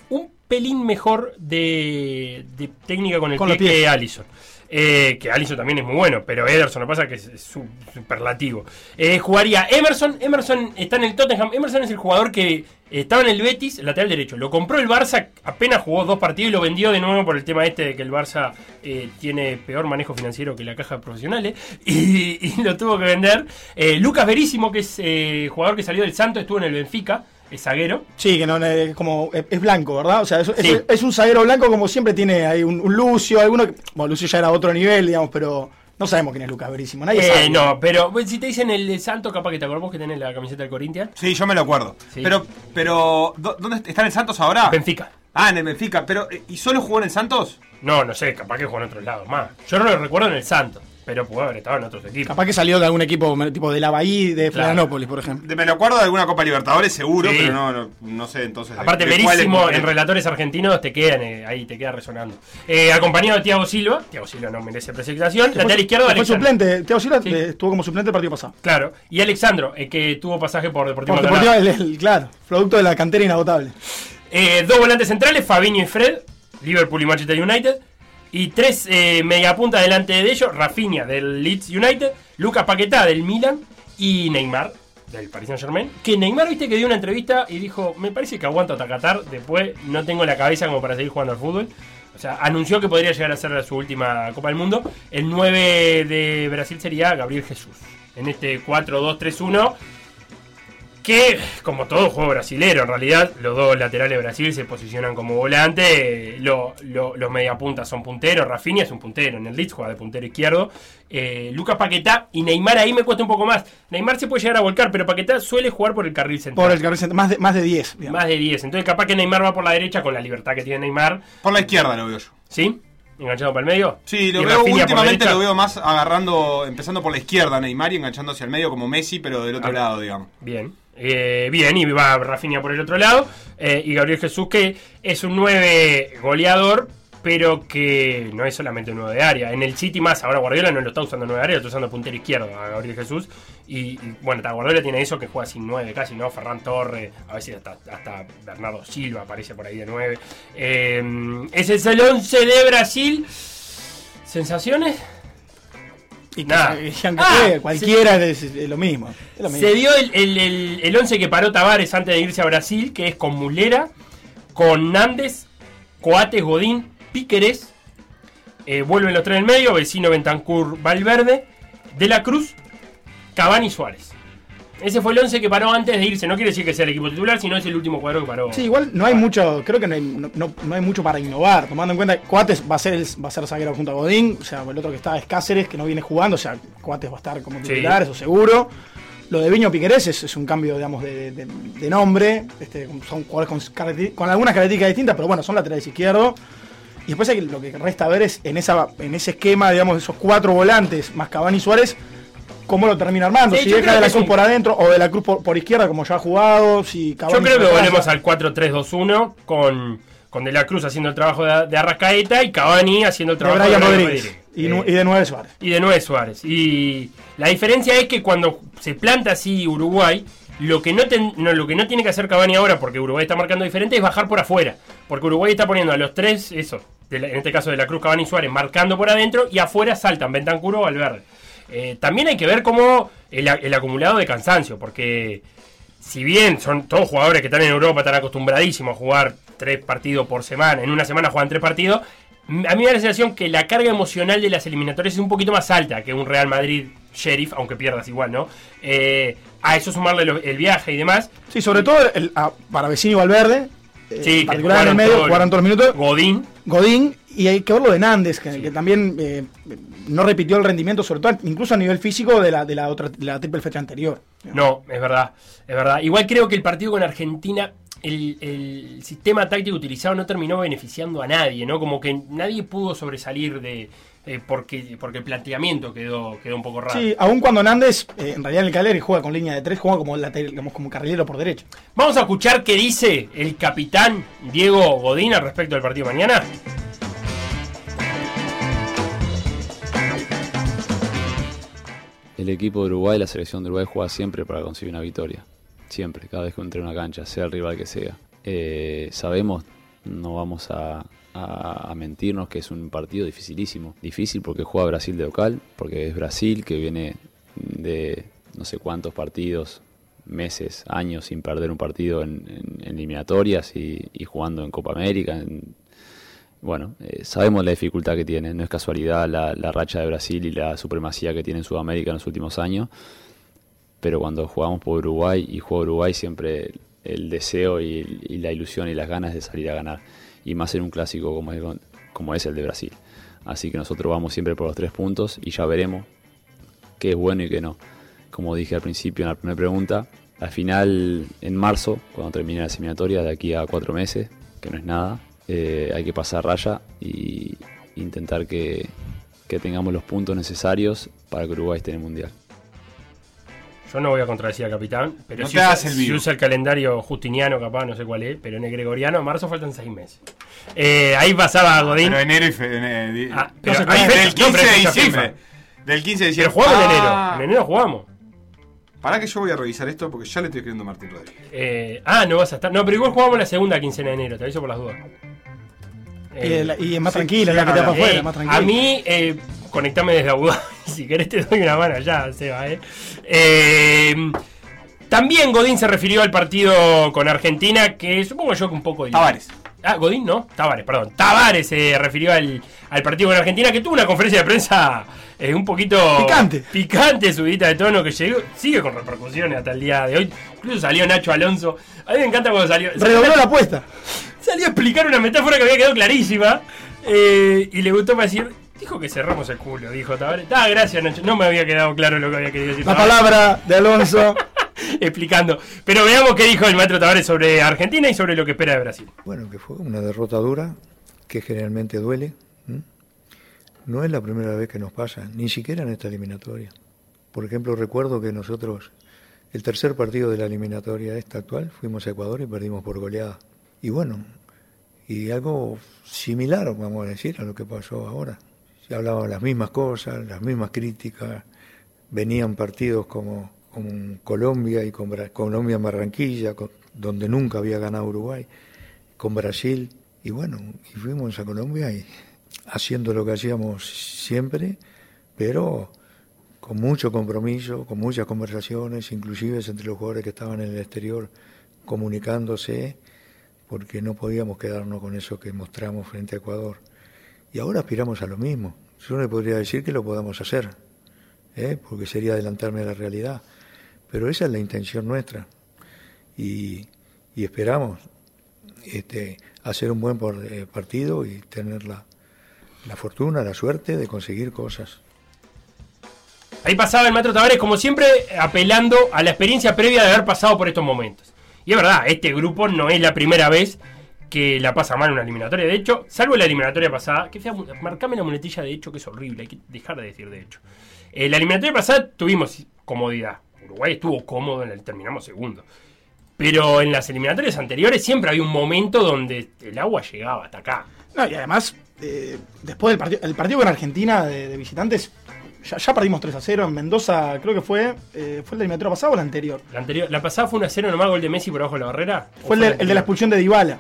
Speaker 1: un pelín mejor de, de técnica con el
Speaker 3: Con
Speaker 1: pie
Speaker 3: los pies.
Speaker 1: que Allison. Eh, que Allison también es muy bueno, pero Ederson lo que pasa es que es- es su- superlativo. Eh, jugaría Emerson. Emerson está en el Tottenham. Emerson es el jugador que estaba en el Betis, lateral derecho. Lo compró el Barça, apenas jugó dos partidos y lo vendió de nuevo por el tema este de que el Barça eh, tiene peor manejo financiero que la caja de profesionales. Y, y lo tuvo que vender. Eh, Lucas Verísimo, que es eh, jugador que salió del Santo, estuvo en el Benfica, es zaguero.
Speaker 3: Sí, que no es como. eh, Es es blanco, ¿verdad? O sea, es, es-
Speaker 1: Sí.
Speaker 3: es un zaguero blanco como siempre tiene ahí un, un Lucio, alguno que. Bueno, Lucio ya era otro nivel, digamos, pero no sabemos quién es Lucas Verísimo. Nadie
Speaker 1: Eh,
Speaker 3: sabe.
Speaker 1: no, pero bueno, si te dicen el de Santo, capaz que te acordás vos que tenés la camiseta del Corinthians.
Speaker 2: Sí, yo me lo acuerdo.
Speaker 1: Sí.
Speaker 2: Pero, pero ¿dó- ¿dónde está en el Santos ahora?
Speaker 1: Benfica.
Speaker 2: Ah, en el Benfica. Pero, eh, ¿Y solo jugó en el Santos?
Speaker 1: No, no sé, capaz que jugó en otros lados más. Yo no lo recuerdo en el Santos, pero pudo haber estado en otros equipos.
Speaker 3: Capaz que salió de algún equipo tipo de la Bahía, de Florianópolis, por ejemplo.
Speaker 2: De- Me lo acuerdo de alguna Copa Libertadores, seguro,
Speaker 1: Sí.
Speaker 2: pero no, no, no sé entonces. de-
Speaker 1: Aparte,
Speaker 2: de cuál en
Speaker 1: verísimo, en
Speaker 2: concreto.
Speaker 1: relatores argentinos te quedan eh, ahí, te queda resonando. Eh, acompañado de Tiago Silva, Tiago Silva no merece presentación.
Speaker 3: Que fue-
Speaker 1: Lateral izquierdo,
Speaker 3: que Fue
Speaker 1: Alexandro.
Speaker 3: suplente. Teo Silva
Speaker 1: Sí.
Speaker 3: eh, estuvo como suplente el partido pasado.
Speaker 1: Claro, y Alexandro, eh, que tuvo pasaje por Deportivo
Speaker 3: Porque
Speaker 1: Maldonado.
Speaker 3: Deportivo, el, el- claro, producto de la cantera inagotable.
Speaker 1: Eh, dos volantes centrales, Fabinho y Fred, Liverpool y Manchester United. Y tres eh, mediapuntas delante de ellos, Rafinha del Leeds United, Lucas Paquetá del Milan y Neymar del Paris Saint Germain. Que Neymar, viste, que dio una entrevista y dijo, me parece que aguanto hasta Qatar, después no tengo la cabeza como para seguir jugando al fútbol. O sea, anunció que podría llegar a ser su última Copa del Mundo. El 9 de Brasil sería Gabriel Jesús. En este 4-2-3-1 que, como todo juego brasilero, en realidad, los dos laterales de Brasil se posicionan como volante. eh, lo- lo- los mediapuntas son punteros. Rafinha es un puntero. En el Leeds juega de puntero izquierdo. eh, Lucas Paquetá y Neymar ahí me cuesta un poco más. Neymar se puede llegar a volcar, pero Paquetá suele jugar por el carril central.
Speaker 3: Por el carril central, más de, más de 10. digamos.
Speaker 1: Más de 10. Entonces, capaz que Neymar va por la derecha con la libertad que tiene Neymar.
Speaker 2: Por la izquierda lo veo yo.
Speaker 1: ¿Sí? enganchado para el medio.
Speaker 2: Sí, lo
Speaker 1: Y
Speaker 2: veo,
Speaker 1: Rafinha por
Speaker 2: últimamente
Speaker 1: derecha.
Speaker 2: lo veo más agarrando, empezando por la izquierda Neymar y enganchando hacia el medio como Messi, pero del otro
Speaker 1: Ah.
Speaker 2: lado, digamos.
Speaker 1: Bien. Eh, bien, y va Rafinha por el otro lado. eh, y Gabriel Jesús, que es un 9 goleador, pero que no es solamente un 9 de área. En el City más, ahora Guardiola no lo está usando 9 de área, lo está usando puntero izquierdo a Gabriel Jesús. Y, y, bueno, ta, Guardiola tiene eso que juega sin 9 casi, ¿no? Ferran Torre, a veces hasta, hasta Bernardo Silva aparece por ahí de 9. Eh, ese es el 11 de Brasil. ¿Sensaciones?
Speaker 3: Y que,
Speaker 1: Nada.
Speaker 3: y aunque
Speaker 1: Ah,
Speaker 3: juegue cualquiera es, es lo mismo. es lo mismo.
Speaker 1: Se dio el, el, el- el once que paró Tavares antes de irse a Brasil, que es con Mulera, con Nández, Coates, Godín, Píqueres. eh, vuelven los tres del medio, vecino Bentancur, Valverde, De la Cruz, Cavani Suárez. Ese fue el once que paró antes de irse. No quiere decir que sea el equipo titular, sino es el último cuadro que paró.
Speaker 3: Sí, igual no hay mucho, creo que no hay, no, no- no hay mucho para innovar, tomando en cuenta que Coates va a ser el- va a ser zaguero junto a Godín, o sea, el otro que está es Cáceres, que no viene jugando, o sea, Coates va a estar como
Speaker 1: Sí.
Speaker 3: titular, eso seguro. Lo de Viño Piquerés es, es un cambio, digamos, de, de- de nombre, este, son jugadores con, caracteri- con algunas características distintas, pero bueno, son laterales izquierdos. Y después hay que- lo que resta ver es en, esa, en ese esquema, digamos, de esos cuatro volantes, más Cavani y Suárez, cómo lo termina armando.
Speaker 1: Sí,
Speaker 3: si
Speaker 1: yo
Speaker 3: deja
Speaker 1: creo
Speaker 3: de la
Speaker 1: que
Speaker 3: cruz
Speaker 1: sí.
Speaker 3: por adentro o de la cruz por, por izquierda, como ya ha jugado. Si
Speaker 1: Yo
Speaker 3: Cavani
Speaker 1: creo
Speaker 3: se
Speaker 1: que
Speaker 3: retrasa.
Speaker 1: volvemos al 4-3-2-1 con, con De la Cruz haciendo el trabajo de, de Arrascaeta y Cavani haciendo el
Speaker 3: de
Speaker 1: trabajo
Speaker 3: Brian
Speaker 1: Brian
Speaker 3: Rodríguez y, nu-
Speaker 1: Eh,
Speaker 3: y de nueve Suárez.
Speaker 1: y de nueve Suárez. Y la diferencia es que cuando se planta así Uruguay, lo que no, ten- no, lo que no tiene que hacer Cavani ahora, porque Uruguay está marcando diferente, es bajar por afuera. Porque Uruguay está poniendo a los tres, eso, de la- en este caso de la Cruz, Cavani y Suárez, marcando por adentro y afuera saltan Bentancuro o Valverde. Eh, también hay que ver cómo el, a- el acumulado de cansancio, porque si bien son todos jugadores que están en Europa, están acostumbradísimos a jugar tres partidos por semana, en una semana juegan tres partidos, m- a mí me da la sensación que la carga emocional de las eliminatorias es un poquito más alta que un Real Madrid Sheriff, aunque pierdas igual, ¿no? Eh, a eso sumarle lo- el viaje y demás.
Speaker 3: Sí, sobre todo el, a- para Vecino y Valverde. eh,
Speaker 1: Sí,
Speaker 3: en
Speaker 1: que
Speaker 3: particular en el
Speaker 1: jugaron
Speaker 3: medio,
Speaker 1: todo el-
Speaker 3: jugaron todos los minutos.
Speaker 1: Godín,
Speaker 3: Godín, y hay que ver lo de Nández, que, que también eh, no repitió el rendimiento, sobre todo incluso a nivel físico de la, de la otra de la triple fecha anterior.
Speaker 1: No, es verdad, es verdad. Igual creo que el partido con Argentina, el, el sistema táctico utilizado no terminó beneficiando a nadie, ¿no? Como que nadie pudo sobresalir de eh, porque, porque el planteamiento quedó, quedó un poco raro.
Speaker 3: Sí, aun cuando Nández, eh, en realidad en el Caleri juega con línea de tres, juega como, lateral- digamos, como carrilero por derecho.
Speaker 1: Vamos a escuchar qué dice el capitán Diego Godín al respecto del partido de mañana.
Speaker 7: El equipo de Uruguay, la selección de Uruguay juega siempre para conseguir una victoria. Siempre, cada vez que entre a una cancha, sea el rival que sea. Eh, sabemos, no vamos a, a- a mentirnos que es un partido dificilísimo. Difícil porque juega Brasil de local, porque es Brasil que viene de no sé cuántos partidos, meses, años sin perder un partido en, en- en eliminatorias y, y jugando en Copa América, en bueno, eh, sabemos la dificultad que tiene, no es casualidad la, la racha de Brasil y la supremacía que tiene en Sudamérica en los últimos años, pero cuando jugamos por Uruguay y juega Uruguay siempre el, el deseo y, y la ilusión y las ganas de salir a ganar, y más en un clásico como es, el- como es el de Brasil. Así que nosotros vamos siempre por los tres puntos y ya veremos qué es bueno y qué no. Como dije al principio en la primera pregunta, al final en marzo, cuando termine la eliminatoria, de aquí a cuatro meses, que no es nada, eh, hay que pasar raya y intentar que, que tengamos los puntos necesarios para que Uruguay esté en el Mundial.
Speaker 1: Yo no voy a contradecir al capitán, pero
Speaker 2: No
Speaker 1: si,
Speaker 2: te
Speaker 1: usa,
Speaker 2: hagas el
Speaker 1: si
Speaker 2: vivo.
Speaker 1: usa el calendario justiniano, capaz, no sé cuál es, pero en el gregoriano, en marzo faltan seis meses. Eh, ahí pasaba Godín.
Speaker 2: Pero enero y fe- en- eh, di-
Speaker 1: Ah, pero
Speaker 2: no,
Speaker 1: hay
Speaker 2: del
Speaker 1: fechas, no,
Speaker 2: 15
Speaker 1: pero
Speaker 2: de
Speaker 1: hay fechas
Speaker 2: diciembre. Del 15 de
Speaker 1: Pero
Speaker 2: diciembre.
Speaker 1: jugamos en
Speaker 2: Ah,
Speaker 1: enero. En enero jugamos.
Speaker 2: Pará que yo voy a revisar esto porque ya le estoy escribiendo a Martín Rodríguez.
Speaker 1: Eh, ah, no vas a estar. No, pero igual jugamos la segunda quincena de enero, te aviso por las dudas.
Speaker 3: Y,
Speaker 1: Eh,
Speaker 3: el- y es más
Speaker 2: sí,
Speaker 3: tranquila,
Speaker 2: sí,
Speaker 3: la que te
Speaker 2: ahora,
Speaker 3: va para afuera,
Speaker 1: eh,
Speaker 3: más
Speaker 1: a
Speaker 3: tranquila.
Speaker 1: mí, eh, conectame desde Abu Dhabi. Si querés, te doy una mano allá, Seba. Eh. Eh, también Godín se refirió al partido con Argentina, que supongo yo que un poco. de-
Speaker 2: Tavares.
Speaker 1: Ah, Godín no, Tavares, perdón. Tavares se refirió al, al partido con Argentina, que tuvo una conferencia de prensa eh, un poquito.
Speaker 3: Picante.
Speaker 1: Picante, subidita de tono, que llegó, sigue con repercusiones hasta el día de hoy. Incluso salió Nacho Alonso. A mí me encanta cuando salió.
Speaker 3: Redobló la apuesta.
Speaker 1: Salió a explicar una metáfora que había quedado clarísima. eh, y le gustó para decir. Dijo que cerramos el culo, dijo Tavares. Ah, gracias, Nacho. No me había quedado claro lo que había querido decir.
Speaker 3: La
Speaker 1: Tavares,
Speaker 3: palabra de Alonso.
Speaker 1: Explicando. Pero veamos qué dijo el maestro Tavares sobre Argentina y sobre lo que espera de Brasil.
Speaker 8: Bueno, que fue una derrota dura, que generalmente duele, ¿m? No es la primera vez que nos pasa, ni siquiera en esta eliminatoria. Por ejemplo, recuerdo que nosotros, el tercer partido de la eliminatoria esta actual, fuimos a Ecuador y perdimos por goleada. Y bueno, y algo similar, vamos a decir, a lo que pasó ahora. Se hablaban las mismas cosas, las mismas críticas, venían partidos como, con Colombia y con Bra- Colombia en Barranquilla, con- donde nunca había ganado Uruguay, con Brasil, y bueno, y fuimos a Colombia y haciendo lo que hacíamos siempre, pero con mucho compromiso, con muchas conversaciones, inclusive entre los jugadores que estaban en el exterior comunicándose, porque no podíamos quedarnos con eso que mostramos frente a Ecuador. Y ahora aspiramos a lo mismo. Yo no le podría decir que lo podamos hacer, ¿eh? porque sería adelantarme a la realidad. Pero esa es la intención nuestra. Y, y esperamos este, hacer un buen por- eh, partido y tener la, la fortuna, la suerte de conseguir cosas.
Speaker 1: Ahí pasaba el Maestro Tavares, como siempre, apelando a la experiencia previa de haber pasado por estos momentos. Y es verdad, este grupo no es la primera vez que la pasa mal en una eliminatoria. De hecho, salvo la eliminatoria pasada, que fea, mu- marcame la muletilla de hecho, que es horrible, hay que dejar de decir de hecho. Eh, la eliminatoria pasada tuvimos comodidad. Uruguay estuvo cómodo, en el- terminamos segundo. Pero en las eliminatorias anteriores siempre había un momento donde el agua llegaba hasta acá.
Speaker 3: No, y además, eh, después del partido, el partido con Argentina de, de visitantes, ya, ya perdimos 3 a 0 en Mendoza, creo que fue, eh, ¿fue el del metro pasado o el anterior?
Speaker 1: La, anterior, la pasada fue un 0 nomás gol de Messi por abajo de la barrera. ¿O
Speaker 3: Fue el, de- el de la expulsión de Dybala,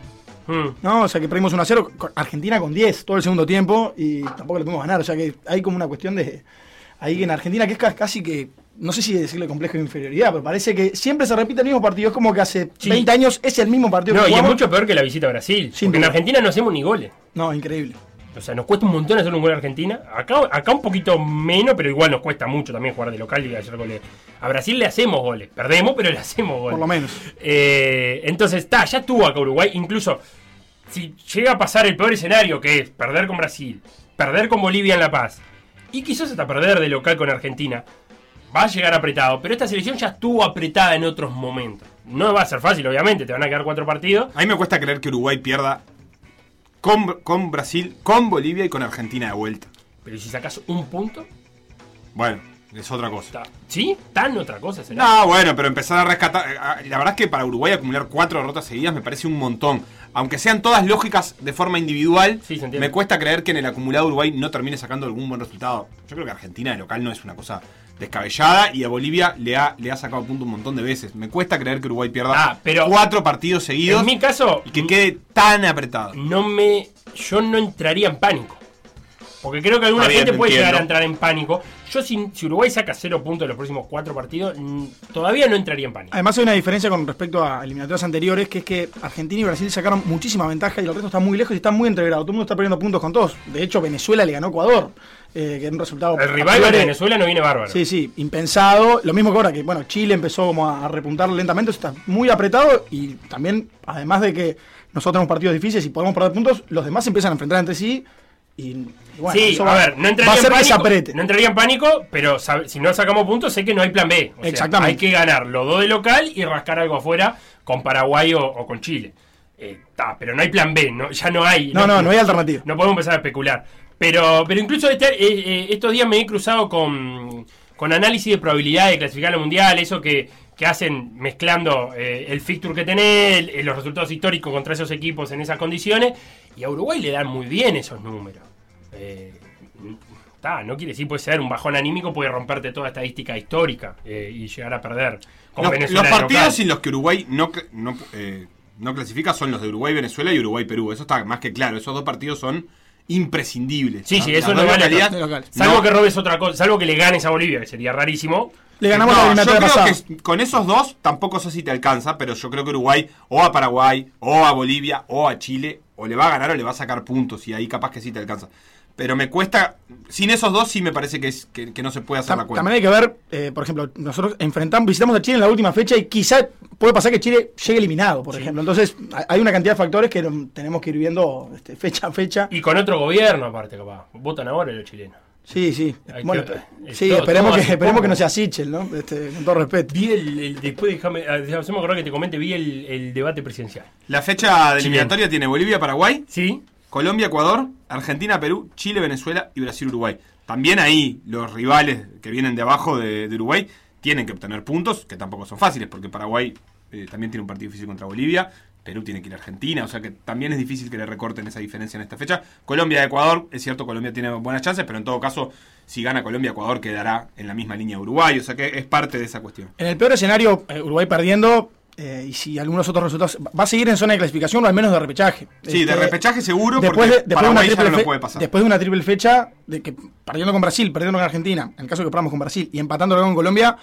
Speaker 1: Mm.
Speaker 3: ¿no? O sea, que perdimos 1 a 0, con- Argentina con 10 todo el segundo tiempo y tampoco le pudimos ganar, o sea que hay como una cuestión de... Ahí en Argentina que es ca- casi que, no sé si decirle complejo de inferioridad, pero parece que siempre se repite el mismo partido, es como que hace
Speaker 1: Sí.
Speaker 3: 20 años es el mismo partido
Speaker 1: No,
Speaker 3: que
Speaker 1: y es
Speaker 3: jugamos.
Speaker 1: mucho peor que la visita a Brasil.
Speaker 3: Sin
Speaker 1: porque en
Speaker 3: duda.
Speaker 1: Argentina no hacemos ni goles.
Speaker 3: No, increíble.
Speaker 1: O sea, nos cuesta un montón hacer un gol a Argentina. Acá, acá un poquito menos, pero igual nos cuesta mucho también jugar de local y hacer goles. A Brasil le hacemos goles. Perdemos, pero le hacemos goles.
Speaker 3: Por lo menos.
Speaker 1: Eh, entonces, está, ya estuvo acá Uruguay. Incluso, si llega a pasar el peor escenario, que es perder con Brasil, perder con Bolivia en La Paz, y quizás hasta perder de local con Argentina, va a llegar apretado. Pero esta selección ya estuvo apretada en otros momentos. No va a ser fácil, obviamente. Te van a quedar cuatro partidos.
Speaker 2: A mí me cuesta creer que Uruguay pierda con, con Brasil, con Bolivia y con Argentina de vuelta.
Speaker 1: Pero ¿y si sacas un punto,
Speaker 2: Bueno, es otra
Speaker 1: Ta-
Speaker 2: cosa.
Speaker 1: ¿Sí? ¿Tan otra cosa será?
Speaker 2: No, bueno, pero empezar a rescatar. eh, ah, La verdad es que para Uruguay acumular cuatro derrotas seguidas me parece un montón. Aunque sean todas lógicas de forma individual,
Speaker 1: Sí, se entiende.
Speaker 2: me cuesta creer que en el acumulado Uruguay no termine sacando algún buen resultado. Yo creo que Argentina de local no es una cosa descabellada y a Bolivia le ha, le ha sacado punto un montón de veces. Me cuesta creer que Uruguay pierda
Speaker 1: Ah, pero-
Speaker 2: cuatro partidos seguidos
Speaker 1: En mi caso,
Speaker 2: y que quede tan apretado.
Speaker 1: no me, yo no entraría en pánico. Porque creo que alguna
Speaker 2: Está bien,
Speaker 1: gente puede
Speaker 2: entiendo.
Speaker 1: llegar a entrar en pánico. Yo, si, si Uruguay saca cero puntos en los próximos cuatro partidos, mm, todavía no entraría en
Speaker 2: Eh,
Speaker 1: pánico.
Speaker 3: Además hay una diferencia con respecto a eliminatorias anteriores, que es que Argentina y Brasil sacaron muchísima ventaja y el resto está muy lejos y está muy entreverado. Todo el mundo está perdiendo puntos con todos. De hecho, Venezuela le ganó a Ecuador, eh, que es un resultado...
Speaker 1: El rival de
Speaker 3: partidario-
Speaker 1: Venezuela no viene bárbaro.
Speaker 3: Sí, sí, impensado. Lo mismo que ahora, que bueno, Chile empezó como a a repuntar lentamente, está muy apretado y también, además de que nosotros tenemos partidos difíciles y podemos perder puntos, los demás se empiezan a enfrentar entre sí y, y bueno,
Speaker 1: Sí,
Speaker 3: eso
Speaker 1: a
Speaker 3: va-
Speaker 1: ver, no
Speaker 3: va
Speaker 1: entraría,
Speaker 3: a ser
Speaker 1: en
Speaker 3: que se
Speaker 1: pánico,
Speaker 3: aprete.
Speaker 1: no entraría en pánico, pero sab- si no sacamos puntos, sé que no hay plan B. O sea,
Speaker 3: Exactamente.
Speaker 1: hay que ganar los dos de local y rascar algo afuera con Paraguay o, o con Chile. Eh, ta, pero no hay plan B, no, ya no hay.
Speaker 3: No, no, no hay alternativa.
Speaker 1: No podemos empezar a especular. Pero, pero incluso este- eh, eh, estos días me he cruzado con, con análisis de probabilidad de clasificar al mundial, eso que, que hacen mezclando eh, el fixture que tenés, el- eh, los resultados históricos contra esos equipos en esas condiciones, y a Uruguay le dan muy bien esos números. Eh, ta, no quiere decir puede ser un bajón anímico, puede romperte toda estadística histórica eh, y llegar a perder con
Speaker 2: Los,
Speaker 1: Venezuela.
Speaker 2: los
Speaker 1: de
Speaker 2: partidos
Speaker 1: local.
Speaker 2: en los que Uruguay no, cl- no, eh, no clasifica son los de Uruguay, Venezuela y Uruguay, Perú. Eso está más que claro. Esos dos partidos son imprescindibles.
Speaker 1: Sí,
Speaker 2: Las-
Speaker 1: sí, eso
Speaker 2: las
Speaker 1: no
Speaker 2: dos
Speaker 1: vale.
Speaker 2: localidades-
Speaker 3: De local.
Speaker 1: Salvo
Speaker 2: No.
Speaker 1: que robes otra cosa, salvo que le ganes a Bolivia, que sería rarísimo.
Speaker 3: Le ganamos
Speaker 2: No,
Speaker 3: la eliminatoria
Speaker 2: yo creo
Speaker 3: pasada.
Speaker 2: que con esos dos tampoco sé si te alcanza, pero yo creo que Uruguay o a Paraguay o a Bolivia o a Chile o le va a ganar o le va a sacar puntos y ahí capaz que sí te alcanza. Pero me cuesta, sin esos dos sí me parece que, es, que, que no se puede hacer
Speaker 3: Tam-
Speaker 2: la cuenta.
Speaker 3: También hay que ver, eh, por ejemplo, nosotros enfrentamos, visitamos a Chile en la última fecha y quizá puede pasar que Chile llegue eliminado, por ejemplo. Entonces, ha- hay una cantidad de factores que mm, tenemos que ir viendo este, fecha a fecha.
Speaker 1: Y con otro gobierno, aparte, capaz. Votan ahora los chilenos.
Speaker 3: Sí, sí.
Speaker 1: Hay
Speaker 3: Bueno, eh,
Speaker 1: que- es
Speaker 3: sí,
Speaker 1: todo-
Speaker 3: esperemos,
Speaker 1: todo
Speaker 3: que,
Speaker 1: así,
Speaker 3: esperemos que
Speaker 1: ¿cómo?
Speaker 3: no sea Sichel, ¿no? Este, con todo respeto.
Speaker 1: Vi el. el- después, déjame. ah, déjame acordar que te comente, vi el, el debate presidencial.
Speaker 2: La fecha de
Speaker 1: Chile.
Speaker 2: eliminatoria tiene Bolivia, Paraguay,
Speaker 1: ¿Sí?
Speaker 2: Colombia, Ecuador, Argentina, Perú, Chile, Venezuela y Brasil, Uruguay. También ahí los rivales que vienen de abajo de, de Uruguay tienen que obtener puntos, que tampoco son fáciles, porque Paraguay eh, también tiene un partido difícil contra Bolivia, Perú tiene que ir a Argentina, o sea que también es difícil que le recorten esa diferencia en esta fecha. Colombia, Ecuador, es cierto, Colombia tiene buenas chances, pero en todo caso, si gana Colombia, Ecuador quedará en la misma línea de Uruguay, o sea que es parte de esa cuestión.
Speaker 3: En el peor escenario, eh, Uruguay perdiendo, eh, y si algunos otros resultados, va a seguir en zona de clasificación o al menos de repechaje.
Speaker 2: Sí, de
Speaker 3: Este,
Speaker 2: repechaje seguro,
Speaker 3: Después de,
Speaker 2: porque
Speaker 3: después de una
Speaker 2: Paraguay ya
Speaker 3: triple
Speaker 2: no lo
Speaker 3: fe-
Speaker 2: puede pasar.
Speaker 3: después de una triple fecha, de que perdiendo con Brasil, perdiendo con Argentina, en el caso que paramos con Brasil y empatando luego con Colombia,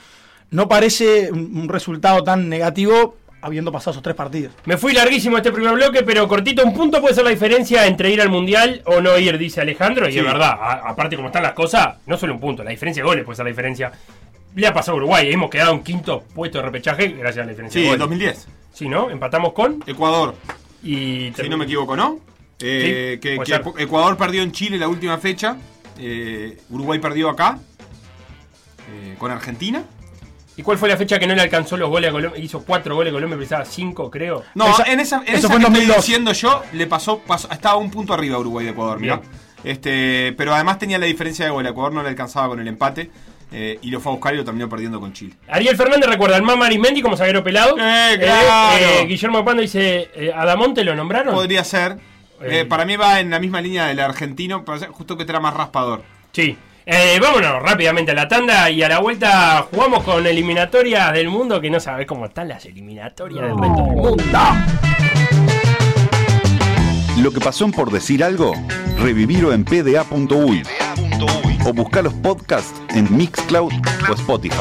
Speaker 3: no parece un, un resultado tan negativo habiendo pasado esos tres partidos.
Speaker 1: Me fui larguísimo este primer bloque, pero cortito, un punto puede ser la diferencia entre ir al mundial o no ir, dice Alejandro. Y
Speaker 2: Sí.
Speaker 1: es verdad, a- aparte como están las cosas, no solo un punto, la diferencia de goles puede ser la diferencia. Le ha pasado a Uruguay, hemos quedado en quinto puesto de repechaje gracias a la diferencia de
Speaker 2: Sí,
Speaker 1: goles.
Speaker 2: en 2010.
Speaker 1: Sí, ¿no? Empatamos con
Speaker 2: Ecuador,
Speaker 1: y...
Speaker 2: si no me equivoco, ¿no? Eh,
Speaker 1: Sí,
Speaker 2: que
Speaker 1: puede
Speaker 2: que
Speaker 1: ser.
Speaker 2: Ecuador perdió en Chile la última fecha, eh, Uruguay perdió acá, eh, con Argentina.
Speaker 1: ¿Y cuál fue la fecha que no le alcanzó los goles a Colombia? Hizo cuatro goles, Colombia precisaba cinco, creo.
Speaker 2: No,
Speaker 3: Esa-
Speaker 2: en esa, en
Speaker 3: eso
Speaker 2: esa
Speaker 3: fue
Speaker 2: que
Speaker 3: en
Speaker 2: estoy
Speaker 3: 2002.
Speaker 2: diciendo yo, le pasó, pasó- estaba un punto arriba Uruguay de Ecuador, mira.
Speaker 1: Bien.
Speaker 2: Este, pero además tenía la diferencia de gol, Ecuador no le alcanzaba con el empate eh, y lo fue a buscar y lo terminó perdiendo con Chile.
Speaker 1: Ariel Fernández recuerda al Mamá Arismendi como zaguero pelado.
Speaker 2: Eh, claro.
Speaker 1: Guillermo Pando dice, eh, ¿Adamonte lo nombraron?
Speaker 2: Podría ser. eh,
Speaker 1: Eh.
Speaker 2: para mí va en la misma línea del argentino, pero justo que era más raspador.
Speaker 1: Sí. Eh, vámonos rápidamente a la tanda y a la vuelta jugamos con eliminatorias del mundo que no sabes cómo están las eliminatorias del resto del mundo.
Speaker 5: Lo que pasó en por decir algo, revivirlo en pda.uy o buscar los podcasts en Mixcloud o Spotify.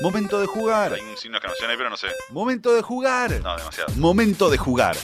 Speaker 5: Momento de jugar.
Speaker 9: Hay un signo de exclamación ahí, pero no sé.
Speaker 5: Momento de jugar.
Speaker 9: No, demasiado.
Speaker 5: Momento de jugar.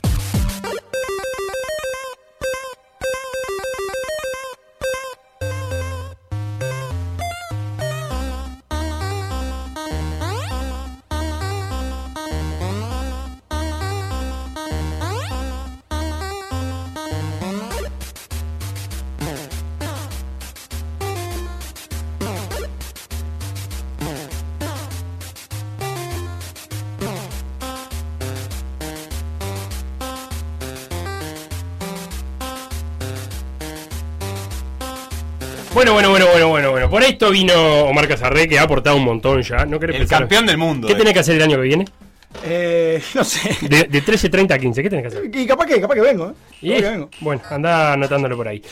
Speaker 1: Bueno, bueno, bueno, bueno, bueno, bueno. Por esto vino Omar Casarré que ha aportado un montón ya. No querés
Speaker 2: El
Speaker 1: pensar-
Speaker 2: campeón del mundo.
Speaker 1: ¿Qué
Speaker 2: eh.
Speaker 1: tenés que hacer el año que viene?
Speaker 3: Eh, no sé.
Speaker 1: De, de 13.30 a 15, ¿qué tenés que hacer?
Speaker 3: Y capaz que, capaz que vengo, ¿eh?
Speaker 1: Y
Speaker 3: Capaz que
Speaker 1: es-
Speaker 3: vengo.
Speaker 1: bueno, anda anotándolo por ahí.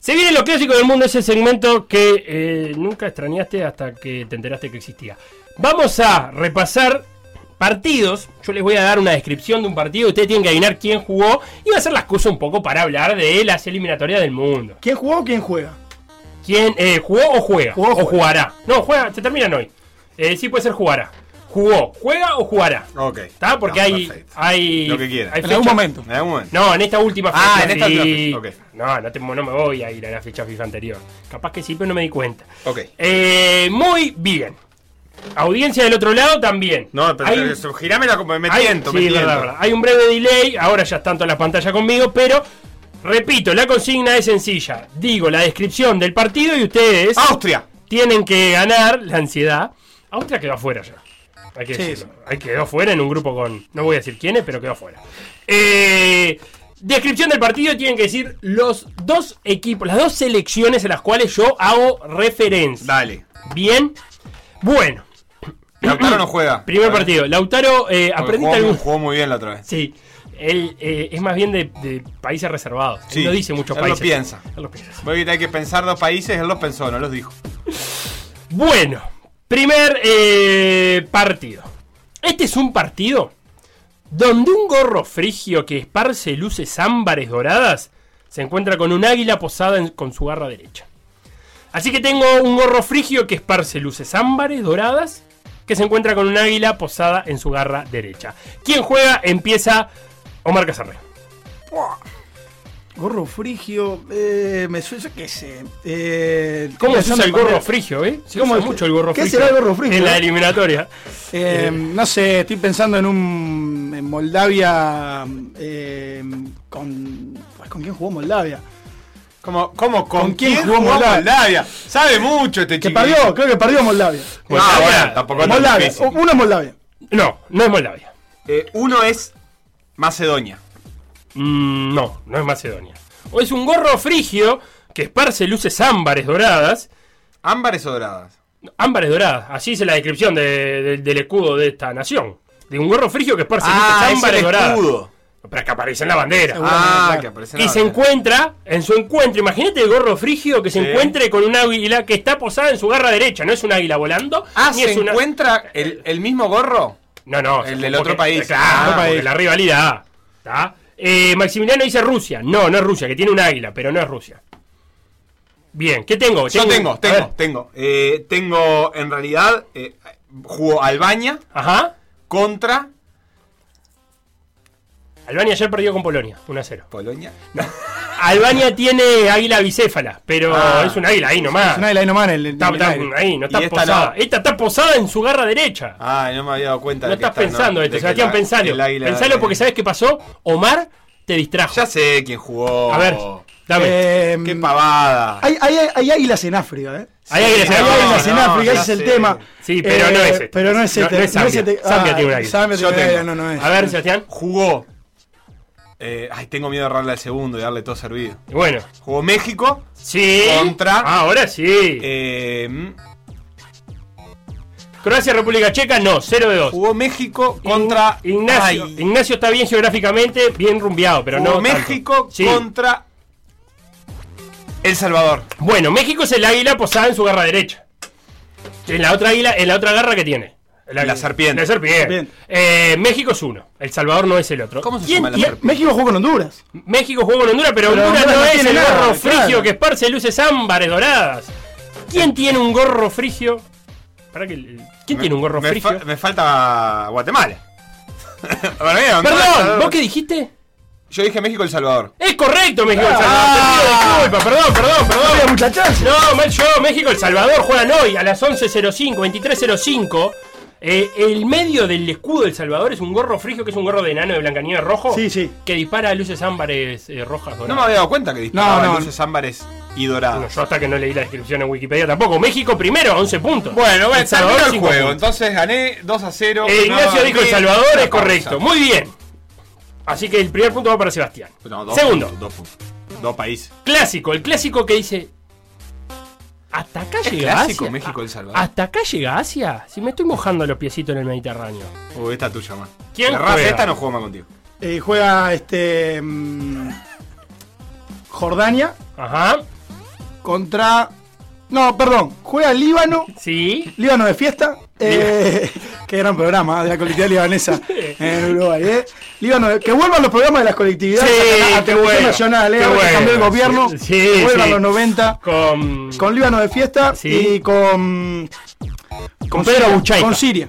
Speaker 1: Se viene lo clásico del mundo, ese segmento que eh, nunca extrañaste hasta que te enteraste que existía. Vamos a repasar partidos. Yo les voy a dar una descripción de un partido. Ustedes tienen que adivinar quién jugó. Y va a ser la excusa un poco para hablar de las eliminatorias del mundo.
Speaker 3: ¿Quién jugó o quién juega?
Speaker 1: ¿Quién eh, jugó o juega?
Speaker 3: Jugó o
Speaker 1: o
Speaker 3: juega.
Speaker 1: jugará. No, juega, se terminan hoy. Eh, sí puede ser jugará. Jugó, juega o jugará.
Speaker 2: Ok.
Speaker 1: ¿Está? Porque
Speaker 2: No,
Speaker 1: hay,
Speaker 2: perfecto.
Speaker 1: hay.
Speaker 2: Lo que quiera.
Speaker 1: hay
Speaker 3: En algún
Speaker 1: fecha-
Speaker 3: momento.
Speaker 2: En algún momento.
Speaker 1: no, en esta última
Speaker 2: Ah,
Speaker 1: fecha.
Speaker 2: en esta última
Speaker 1: sí.
Speaker 2: fecha, ok.
Speaker 1: No, no, te- no me voy a ir a la fecha FIFA anterior. Capaz que sí, pero no me di cuenta.
Speaker 2: Ok.
Speaker 1: Eh, muy bien. Audiencia del otro lado también.
Speaker 2: No, pero
Speaker 1: Hay-
Speaker 2: pero girame la me
Speaker 1: hay-
Speaker 2: tiento,
Speaker 1: sí,
Speaker 2: me
Speaker 1: es verdad,
Speaker 2: tiento.
Speaker 1: verdad. Hay un breve delay, ahora ya están todas las pantallas conmigo, pero repito, la consigna es sencilla. Digo la descripción del partido y ustedes
Speaker 2: Austria.
Speaker 1: tienen que ganar la ansiedad. Austria quedó afuera ya. Hay que
Speaker 3: Sí,
Speaker 1: decirlo. Ahí quedó afuera en un grupo con. No voy a decir quiénes, pero quedó afuera. Eh, descripción del partido tienen que decir los dos equipos, las dos selecciones en las cuales yo hago referencia.
Speaker 2: Dale.
Speaker 1: Bien. Bueno,
Speaker 2: Lautaro no juega.
Speaker 1: primer
Speaker 2: Porque
Speaker 1: partido. Lautaro, eh, aprendiste
Speaker 2: Jugó,
Speaker 1: algún.
Speaker 2: jugó muy bien la otra vez.
Speaker 1: Sí. Él eh, es más bien de, de países reservados.
Speaker 2: Sí,
Speaker 1: Él no dice muchos
Speaker 2: él lo
Speaker 1: países.
Speaker 2: piensa.
Speaker 1: Él lo piensa.
Speaker 2: Voy a hay que pensar dos países, él los pensó, no los dijo.
Speaker 1: Bueno, primer eh, partido. Este es un partido donde un gorro frigio que esparce luces ámbares doradas se encuentra con un águila posada en- con su garra derecha. Así que tengo un gorro frigio que esparce luces ámbares doradas que se encuentra con un águila posada en su garra derecha. Quien juega empieza Omar Casarre.
Speaker 3: Gorro frigio, eh, me suena, yo qué sé. Eh,
Speaker 1: ¿Cómo se usa el gorro
Speaker 3: Manera-
Speaker 1: frigio, eh? Se
Speaker 3: ¿Cómo
Speaker 1: usa
Speaker 3: es?
Speaker 1: mucho el gorro
Speaker 3: ¿Qué
Speaker 1: frigio.
Speaker 3: será el gorro frigio,
Speaker 1: En la
Speaker 3: eh?
Speaker 1: eliminatoria.
Speaker 3: Eh,
Speaker 1: Eh,
Speaker 3: no sé, estoy pensando en un en Moldavia eh, con pues, con quién jugó Moldavia.
Speaker 2: ¿Cómo, cómo con,
Speaker 3: ¿Con quién
Speaker 2: quién
Speaker 3: jugó
Speaker 2: jugó
Speaker 3: Moldavia?
Speaker 2: Moldavia? Sabe mucho este
Speaker 3: Que
Speaker 2: chico.
Speaker 3: perdió, creo que perdió Moldavia.
Speaker 2: Bueno,
Speaker 1: Ah,
Speaker 2: bueno,
Speaker 1: bueno,
Speaker 2: tampoco es tan
Speaker 3: Moldavia,
Speaker 1: oh.
Speaker 2: difícil.
Speaker 3: uno es Moldavia.
Speaker 1: No, no es Moldavia.
Speaker 2: Eh, uno es Macedonia.
Speaker 1: Mm, no, no es Macedonia. O es un gorro frigio que esparce luces ámbares doradas.
Speaker 2: Ámbares o doradas.
Speaker 1: Ámbares doradas, así es la descripción de- de- del escudo de esta nación. De un gorro frigio que esparce luces
Speaker 2: Ah, es el
Speaker 1: ámbares doradas.
Speaker 2: escudo.
Speaker 1: Pero que aparece en la bandera.
Speaker 2: Ah,
Speaker 3: claro.
Speaker 2: que aparece en la
Speaker 1: Y se
Speaker 2: bandera.
Speaker 1: encuentra en su encuentro. Imagínate el gorro frigio que se
Speaker 2: Sí.
Speaker 1: encuentre con un águila que está posada en su garra derecha. No es un águila volando.
Speaker 2: Ah,
Speaker 1: ni
Speaker 2: ¿se
Speaker 1: es una-
Speaker 2: encuentra el, el mismo gorro?
Speaker 1: No, no.
Speaker 2: El
Speaker 1: se-
Speaker 2: del
Speaker 1: porque-
Speaker 2: otro país.
Speaker 1: Claro,
Speaker 2: Ah,
Speaker 1: porque
Speaker 2: país.
Speaker 1: la rivalidad. ¿tá? Eh, Maximiliano dice Rusia. No, no es Rusia, que tiene un águila, pero no es Rusia. Bien, ¿qué tengo?
Speaker 2: Yo tengo,
Speaker 1: a
Speaker 2: tengo,
Speaker 1: ver.
Speaker 2: tengo. Eh, tengo, en realidad, eh, jugó Albania
Speaker 1: Ajá.
Speaker 2: contra
Speaker 1: Albania ayer perdió con Polonia, 1 a 0.
Speaker 2: Polonia.
Speaker 1: Albania tiene águila bicéfala, pero
Speaker 2: Ah.
Speaker 1: es un águila ahí nomás.
Speaker 3: Es una de las nomás en el- en
Speaker 1: Está-
Speaker 3: el
Speaker 1: está-
Speaker 3: aire.
Speaker 1: ahí, no está
Speaker 2: Y esta
Speaker 1: posada.
Speaker 2: no.
Speaker 1: Esta está posada en su garra derecha.
Speaker 2: Ah, no me había dado cuenta.
Speaker 1: No
Speaker 2: de que
Speaker 1: estás
Speaker 2: está,
Speaker 1: pensando
Speaker 2: de
Speaker 1: esto,
Speaker 2: que
Speaker 1: Sebastián,
Speaker 2: la-
Speaker 1: pensalo.
Speaker 2: el águila-
Speaker 1: Pensalo porque sabes qué pasó. Omar te distrajo.
Speaker 2: Ya sé quién jugó.
Speaker 1: A ver, dame.
Speaker 3: Eh,
Speaker 2: Qué pavada.
Speaker 3: Hay, hay, hay águilas en África, ¿eh?
Speaker 1: Ahí hay que
Speaker 2: Sí,
Speaker 1: hacer
Speaker 3: Hay
Speaker 2: no,
Speaker 1: algo.
Speaker 3: águilas en
Speaker 2: no,
Speaker 3: África,
Speaker 2: ya
Speaker 3: ese es el
Speaker 2: sé.
Speaker 3: tema.
Speaker 1: Sí, pero no es este.
Speaker 3: Pero no es
Speaker 1: No,
Speaker 3: este.
Speaker 1: no es Zambia.
Speaker 3: este.
Speaker 1: Zambia tiene un águila.
Speaker 3: Zambia
Speaker 2: Yo
Speaker 3: tiene un águila,
Speaker 2: tengo.
Speaker 3: no, no es.
Speaker 1: A ver, Sebastián.
Speaker 2: Jugó. eh, ay, tengo miedo de errarle al segundo y darle todo servido.
Speaker 1: Bueno,
Speaker 2: Jugó México.
Speaker 1: sí. Ah,
Speaker 2: Contra-
Speaker 1: Ahora sí.
Speaker 2: eh,
Speaker 1: Croacia, República Checa, no, 0 de 2.
Speaker 2: jugó México contra.
Speaker 1: Ignacio.
Speaker 2: Ay,
Speaker 1: Ignacio está bien geográficamente, bien rumbeado, pero no.
Speaker 2: jugó
Speaker 1: tanto.
Speaker 2: México
Speaker 1: Sí.
Speaker 2: contra. El Salvador.
Speaker 1: Bueno, México es el águila posada en su garra derecha. En la otra águila, en la otra garra que tiene. El águila.
Speaker 2: serpiente.
Speaker 1: La serpiente.
Speaker 3: Serpiente.
Speaker 1: Eh, México es uno. El Salvador no es el otro.
Speaker 2: ¿Cómo se
Speaker 1: ¿Quién
Speaker 2: llama la
Speaker 1: tiene-
Speaker 2: serpiente?
Speaker 3: México jugó con Honduras.
Speaker 1: México jugó con Honduras, pero,
Speaker 3: Pero
Speaker 1: Honduras,
Speaker 3: Honduras
Speaker 1: no
Speaker 3: no
Speaker 1: es
Speaker 3: tiene
Speaker 1: el
Speaker 3: nada,
Speaker 1: gorro
Speaker 3: claro.
Speaker 1: frigio que esparce luces ámbares doradas. ¿Quién tiene un gorro frigio? Para que, el- ¿Quién tiene un gorro
Speaker 2: Eh. me
Speaker 1: frigio?
Speaker 2: fa- me falta Guatemala. Para mí, Honduras,
Speaker 1: Perdón,
Speaker 2: Salvador.
Speaker 1: ¿vos qué dijiste?
Speaker 2: Yo dije México El Salvador.
Speaker 1: Es correcto, México El Salvador. Te pido disculpas, perdón, perdón,
Speaker 3: Había
Speaker 1: perdón.
Speaker 3: mucha chance.
Speaker 1: No, mal yo, México El Salvador juegan hoy a las 11.05, 23.05. Eh, el medio del escudo del Salvador es un gorro frigio que es un gorro de enano de Blancanieves rojo.
Speaker 3: Sí, sí.
Speaker 1: Que dispara luces ámbares eh, rojas doradas.
Speaker 2: No me había dado cuenta que disparaba
Speaker 3: no.
Speaker 2: luces ámbares y
Speaker 1: No,
Speaker 2: doradas.
Speaker 1: yo hasta que no leí la descripción en Wikipedia tampoco. México primero, 11 puntos.
Speaker 2: Bueno, bueno,
Speaker 1: El Salvador,
Speaker 2: terminó el
Speaker 1: cinco
Speaker 2: juego.
Speaker 1: puntos.
Speaker 2: Entonces gané 2 a 0.
Speaker 1: Eh, Ignacio
Speaker 2: No,
Speaker 1: dijo El
Speaker 2: mil-
Speaker 1: Salvador,
Speaker 2: una
Speaker 1: es correcto.
Speaker 2: cosa.
Speaker 1: Muy bien. Así que el primer punto va para Sebastián.
Speaker 2: No, dos
Speaker 1: Segundo,
Speaker 2: puntos, dos puntos. Dos países.
Speaker 1: clásico. El clásico que dice... ¿Hasta acá
Speaker 2: ¿Es
Speaker 1: llega
Speaker 2: clásico
Speaker 1: Asia?
Speaker 2: México
Speaker 1: Ah,
Speaker 2: El Salvador?
Speaker 1: ¿Hasta acá llega Asia? Si me estoy mojando los piecitos en el Mediterráneo.
Speaker 2: Uy, esta tuya más.
Speaker 1: ¿Quién
Speaker 2: Rafa,
Speaker 1: juega?
Speaker 2: esta no juego más contigo.
Speaker 3: Eh, juega este. mm, Jordania
Speaker 1: Ajá.
Speaker 3: contra. No, perdón. Juega Líbano.
Speaker 1: Sí.
Speaker 3: Líbano de fiesta. Eh, qué gran programa ¿eh? de la colectividad libanesa en Uruguay. ¿eh? Líbano de- que vuelvan los programas de las colectividades
Speaker 1: Sí,
Speaker 3: a- a
Speaker 1: qué
Speaker 3: televisión
Speaker 1: bueno,
Speaker 3: nacional. ¿eh?
Speaker 1: qué
Speaker 3: Ahora que
Speaker 1: bueno.
Speaker 3: cambió el gobierno.
Speaker 1: Sí,
Speaker 3: que vuelvan
Speaker 1: sí.
Speaker 3: los 90.
Speaker 1: Con...
Speaker 3: Con Líbano de fiesta
Speaker 1: Sí.
Speaker 3: y con.
Speaker 1: Con Pedro
Speaker 3: Siria,
Speaker 1: Buchaica.
Speaker 3: Con Siria.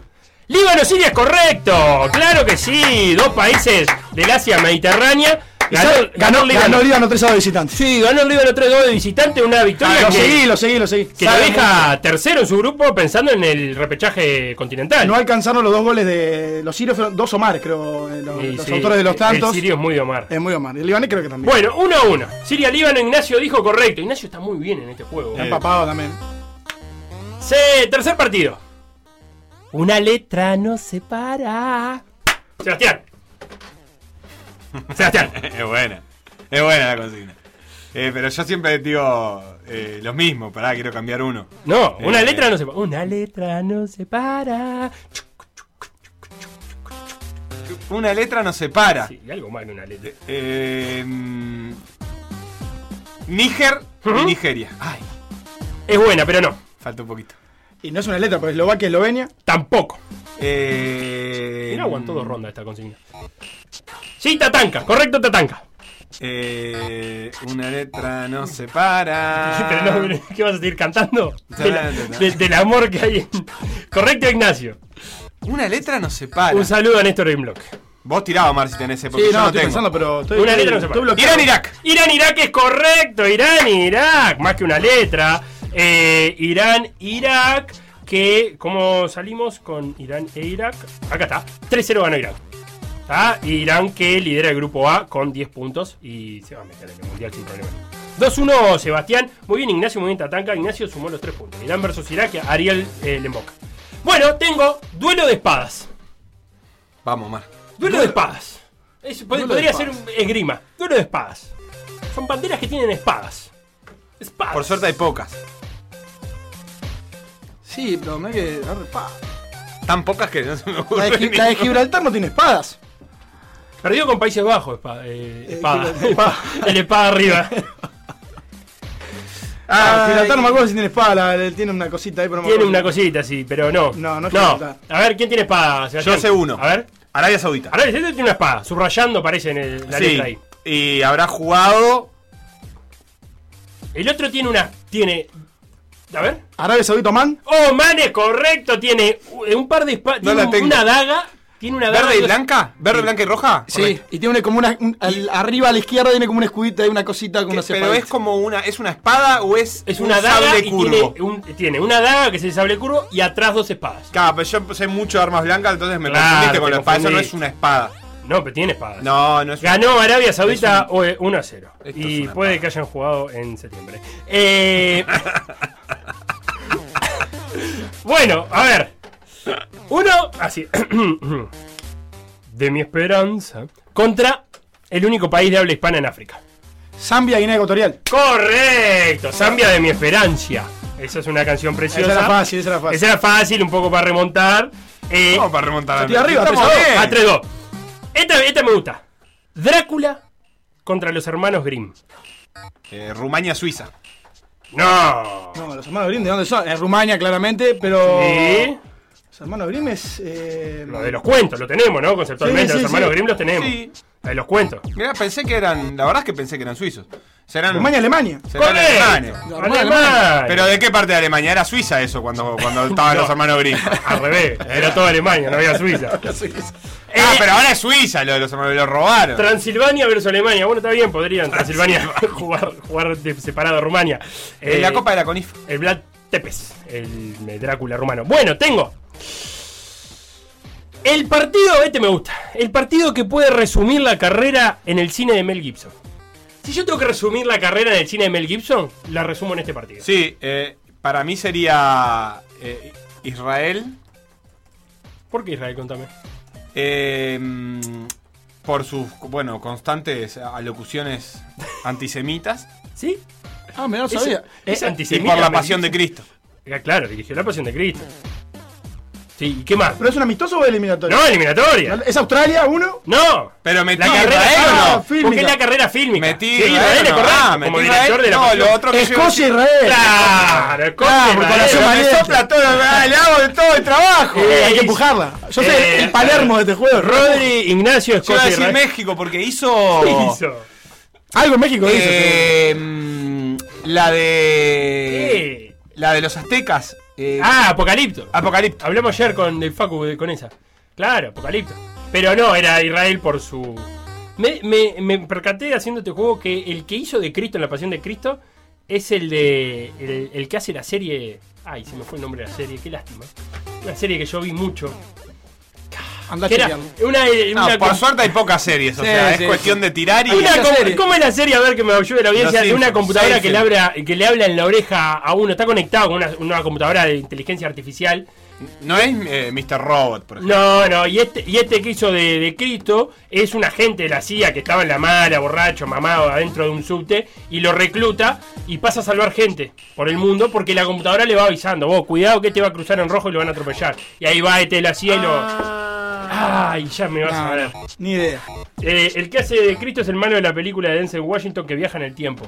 Speaker 1: Líbano, Siria es correcto. Claro que sí. Dos países del Asia Mediterránea. Ganó,
Speaker 3: ¿Sabe?
Speaker 1: ganó Líbano.
Speaker 3: Ganó Líbano 3 a 2 visitantes.
Speaker 1: Sí, ganó el Líbano 3-2 de visitante, una victoria
Speaker 3: lo
Speaker 1: que,
Speaker 3: seguí, lo seguí, lo seguí.
Speaker 1: que lo
Speaker 3: Ah, Sabe
Speaker 1: deja tercero en su grupo pensando en el repechaje continental.
Speaker 3: No alcanzaron los dos goles de los sirios, fueron dos Omar, creo, eh, los,
Speaker 1: Y
Speaker 3: los
Speaker 1: sí,
Speaker 3: autores de los
Speaker 1: El
Speaker 3: tantos.
Speaker 1: sirio es muy de Omar.
Speaker 3: Es muy Omar. Y el libanés creo que también.
Speaker 1: Bueno, 1 a 1. Siria Líbano, Ignacio dijo correcto. Ignacio está muy bien en este juego.
Speaker 3: Está empapado también.
Speaker 1: Se- tercer partido. Una letra no se para. Sebastián. Sebastián.
Speaker 2: Es buena. Es buena la consigna. Eh, pero yo siempre digo eh, lo mismo. Pará, quiero cambiar uno.
Speaker 1: No, una
Speaker 2: Eh,
Speaker 1: letra no se para. Una letra no se para.
Speaker 2: Una letra nos separa.
Speaker 1: Sí, algo mal una letra.
Speaker 2: Eh, mm, Níger
Speaker 1: Ujú.
Speaker 2: y Nigeria. Ay,
Speaker 1: Es buena, pero no.
Speaker 2: falta un poquito.
Speaker 3: Y no es una letra, pero Eslovaquia, Eslovenia.
Speaker 1: Tampoco.
Speaker 2: Eh,
Speaker 1: Mirá, aguantó dos rondas esta consigna. Sí, Tatanka, correcto Tatanka.
Speaker 2: Eh, una letra no separa.
Speaker 1: Pero no, pero, ¿qué vas a seguir cantando?
Speaker 2: Ya,
Speaker 1: De
Speaker 2: ya,
Speaker 1: la-
Speaker 2: ya.
Speaker 1: de- del amor que hay en... Correcto, Ignacio.
Speaker 2: Una letra no separa.
Speaker 1: Un saludo a Néstor Block.
Speaker 2: Vos tirá, Omar, si tenés ese.
Speaker 3: Sí,
Speaker 2: Porque yo
Speaker 3: no,
Speaker 2: no
Speaker 3: estoy
Speaker 2: tengo.
Speaker 3: pensando, pero estoy.
Speaker 1: Una letra no se
Speaker 3: estoy
Speaker 1: para.
Speaker 3: bloqueado.
Speaker 2: Irán, Irak.
Speaker 1: Irán, Irak es correcto. Irán, Irak. Más que una letra. Eh, Irán, Irak. Que como salimos con Irán e Irak. Acá está. 3-0 ganó Irán. ¿Está? Irán que lidera el grupo A con 10 puntos y se va a meter en el mundial sin problema. 2-1 Sebastián. Muy bien, Ignacio, muy bien Tatanca. Ignacio sumó los tres puntos. Irán versus Irak, Ariel eh, le emboca. Bueno, tengo duelo de espadas.
Speaker 2: Vamos, Mar.
Speaker 1: Duelo de espadas. Es- pod-
Speaker 9: Duelo de
Speaker 1: podría ser
Speaker 9: espadas.
Speaker 1: un esgrima. Duelo de espadas. Son banderas que tienen espadas. Espadas.
Speaker 2: Por suerte hay pocas.
Speaker 9: Sí, pero me hay que dar de espada.
Speaker 2: Tan pocas que no se me
Speaker 9: La de,
Speaker 2: ocurre.
Speaker 9: Gi- la de Gibraltar no tiene espadas.
Speaker 1: Perdió con Países Bajos, espada. eh, espada.
Speaker 9: Gibral- espada.
Speaker 1: El espada arriba.
Speaker 9: Ah,
Speaker 1: Ay.
Speaker 9: Gibraltar no me acuerdo si tiene espada. la- la- tiene una cosita ahí, pero no me
Speaker 1: Tiene una
Speaker 9: acuerdo.
Speaker 1: cosita, sí, pero no.
Speaker 9: No, no es Gibraltar.
Speaker 1: A ver, ¿quién tiene espada? Sebastián?
Speaker 2: sé uno.
Speaker 1: A ver.
Speaker 2: Arabia Saudita.
Speaker 1: Ahora este tiene una espada. Subrayando aparece en el- la
Speaker 2: Sí.
Speaker 1: letra ahí.
Speaker 2: Y habrá jugado.
Speaker 1: El otro tiene una. Tiene. A ver.
Speaker 9: Arabia Saudita Oman.
Speaker 1: Oh, manes, correcto. Tiene eh, un par de espadas.
Speaker 2: No
Speaker 1: tiene
Speaker 2: la
Speaker 1: un-
Speaker 2: tengo.
Speaker 1: una daga. Tiene una daga.
Speaker 2: ¿Verde y
Speaker 1: dos-
Speaker 2: blanca? ¿Verde, blanca y roja?
Speaker 9: Sí,
Speaker 2: Correcto.
Speaker 9: y tiene una- como una. un- al- arriba a la izquierda tiene como un escudito, hay una cosita con una
Speaker 2: Que- pero es
Speaker 9: separita.
Speaker 2: como una. ¿Es una espada o es,
Speaker 1: Es
Speaker 2: un
Speaker 1: una daga
Speaker 2: sable
Speaker 1: y
Speaker 2: curvo?
Speaker 1: tiene, un- tiene una daga que es el sable curvo y atrás dos espadas.
Speaker 2: Claro, pero yo sé mucho de armas blancas, entonces me
Speaker 1: Claro,
Speaker 2: confundiste
Speaker 1: te
Speaker 2: con la espada. Eso no es
Speaker 1: confundiste.
Speaker 2: una espada.
Speaker 1: No, pero tiene espadas.
Speaker 2: No, no es una
Speaker 1: Ganó Arabia Saudita eh, 1 a 0.
Speaker 2: Esto es
Speaker 1: Y
Speaker 2: una
Speaker 1: puede que hayan jugado en septiembre. Eh, bueno, a ver. Uno, así. de mi esperanza. Contra el único país de habla hispana en África.
Speaker 9: Zambia, Guinea Ecuatorial.
Speaker 1: Correcto, Zambia de mi esperancia. Esa es una canción preciosa.
Speaker 9: Esa era fácil, esa era fácil.
Speaker 1: Esa era fácil, un poco para remontar. Eh,
Speaker 2: ¿Cómo para remontar
Speaker 9: Estoy arriba,
Speaker 2: Estamos
Speaker 9: tres a
Speaker 2: bien.
Speaker 1: a 3-2. Esta, esta me gusta. Drácula contra los hermanos Grimm.
Speaker 2: Eh, Rumania, Suiza.
Speaker 1: No.
Speaker 9: No, los hermanos Grimm, ¿de dónde son? En Rumania, claramente, pero.
Speaker 1: Sí.
Speaker 9: Los hermanos Grimm es. eh,
Speaker 1: Lo de los cuentos, lo tenemos, ¿no? Conceptualmente,
Speaker 9: Sí, sí,
Speaker 1: los hermanos
Speaker 9: sí.
Speaker 1: Grimm los tenemos.
Speaker 2: Sí.
Speaker 1: La de los cuentos.
Speaker 2: Mirá, pensé que eran. La verdad es que pensé que eran suizos. Serán.
Speaker 9: Rumania, Alemania.
Speaker 2: serán alemanes.
Speaker 1: Correcto.
Speaker 9: Hermano
Speaker 1: Alemán.
Speaker 2: Pero ¿de qué parte de Alemania? Era Suiza eso cuando, cuando estaban
Speaker 1: No.
Speaker 2: los hermanos Grimm.
Speaker 1: Al revés, era toda Alemania, no había Suiza. Eh,
Speaker 2: Ah, pero ahora es Suiza lo de los hermanos, lo robaron.
Speaker 1: Transilvania versus Alemania. Bueno, está bien, podrían Transilvania jugar, jugar de- separado a Rumania.
Speaker 2: En
Speaker 1: Eh,
Speaker 2: la Copa de la CONIF.
Speaker 1: El Vlad Tepes, el eh, Drácula rumano. Bueno, tengo. El partido, este me gusta. El partido que puede resumir la carrera en el cine de Mel Gibson. Si yo tengo que resumir la carrera en el cine de Mel Gibson, la resumo en este partido.
Speaker 2: Sí, eh, para mí sería eh, Israel
Speaker 1: ¿Por qué Israel? Contame.
Speaker 2: eh, mm, por sus bueno constantes alocuciones antisemitas
Speaker 1: ¿Sí?
Speaker 9: Ah, me no
Speaker 1: Ese-
Speaker 9: sabía.
Speaker 1: Es
Speaker 9: Eh,
Speaker 2: y
Speaker 1: antisemita.
Speaker 2: por la
Speaker 1: Mel
Speaker 2: pasión de
Speaker 1: Gibson.
Speaker 2: Cristo.
Speaker 1: Ah, Claro, dirigió la pasión de Cristo. Sí, ¿y qué más?
Speaker 9: ¿Pero es un amistoso o eliminatorio?
Speaker 1: No, eliminatoria.
Speaker 9: ¿Es Australia uno?
Speaker 1: No.
Speaker 2: Pero metí
Speaker 1: La carrera
Speaker 2: Israel o no.
Speaker 9: Ah, fílmica.
Speaker 1: Porque es la carrera fílmica.
Speaker 2: Metí
Speaker 1: Sí, Israel es
Speaker 2: o no.
Speaker 1: correcto.
Speaker 2: Ah,
Speaker 1: como
Speaker 2: metí
Speaker 1: director
Speaker 2: Israel.
Speaker 1: de la
Speaker 2: No,
Speaker 1: pasión.
Speaker 2: lo otro que yo-
Speaker 9: Escocia, Israel.
Speaker 1: Claro, el corte
Speaker 9: Claro,
Speaker 1: de
Speaker 9: porque la
Speaker 1: madera.
Speaker 2: Pero me
Speaker 9: Valiente.
Speaker 2: sopla todo, ah, le hago de todo el trabajo.
Speaker 9: Eh, hay
Speaker 1: Eh,
Speaker 9: que empujarla. Yo sé
Speaker 1: eh,
Speaker 9: el Palermo de este juego.
Speaker 1: Rodri, Ignacio,
Speaker 2: Yo iba
Speaker 1: Escocia.
Speaker 2: a decir
Speaker 1: Israel.
Speaker 2: México porque hizo.
Speaker 1: ¿Qué hizo?
Speaker 9: Algo en México dice.
Speaker 2: Eh, mm, la de. La de los aztecas. eh,
Speaker 1: Ah, Apocalipto.
Speaker 2: Apocalipto.
Speaker 1: Hablamos ayer con el Facu de- con esa. Claro, Apocalipto. Pero no, era Israel por su. Me, me, me percaté haciendo este juego que el que hizo de Cristo en la Pasión de Cristo es el de. El, el que hace la serie. Ay, se me fue el nombre de la serie, qué lástima. Una serie que yo vi mucho.
Speaker 9: Andá a
Speaker 1: Que era
Speaker 9: chequearlo.
Speaker 1: una,
Speaker 2: No,
Speaker 1: una
Speaker 2: por
Speaker 1: com-
Speaker 2: suerte hay pocas series, o
Speaker 9: Sí,
Speaker 2: sea,
Speaker 9: sí,
Speaker 2: es cuestión de tirar y.
Speaker 1: Una
Speaker 9: Esa
Speaker 1: com-
Speaker 9: serie.
Speaker 1: ¿Cómo es la serie? A ver que me ayude la audiencia
Speaker 2: Los
Speaker 1: de una
Speaker 2: Simpsons,
Speaker 1: computadora que le,
Speaker 2: Seinfeld.
Speaker 1: habla, que le habla en la oreja a uno. Está conectado con una, una computadora de inteligencia artificial.
Speaker 2: No es eh, Mr. Robot, por ejemplo.
Speaker 1: No, no, y este, y este que hizo de, de Cristo es un agente de la CIA que estaba en la mala, borracho, mamado, adentro de un subte, y lo recluta y pasa a salvar gente por el mundo porque la computadora le va avisando, vos, cuidado que te va a cruzar en rojo y lo van a atropellar. Y ahí va este de la CIA y lo... Ay, ya me vas a ver.
Speaker 9: Ni idea.
Speaker 1: Eh, el que hace de Cristo es el malo de la película de Denzel Washington que viaja en el tiempo.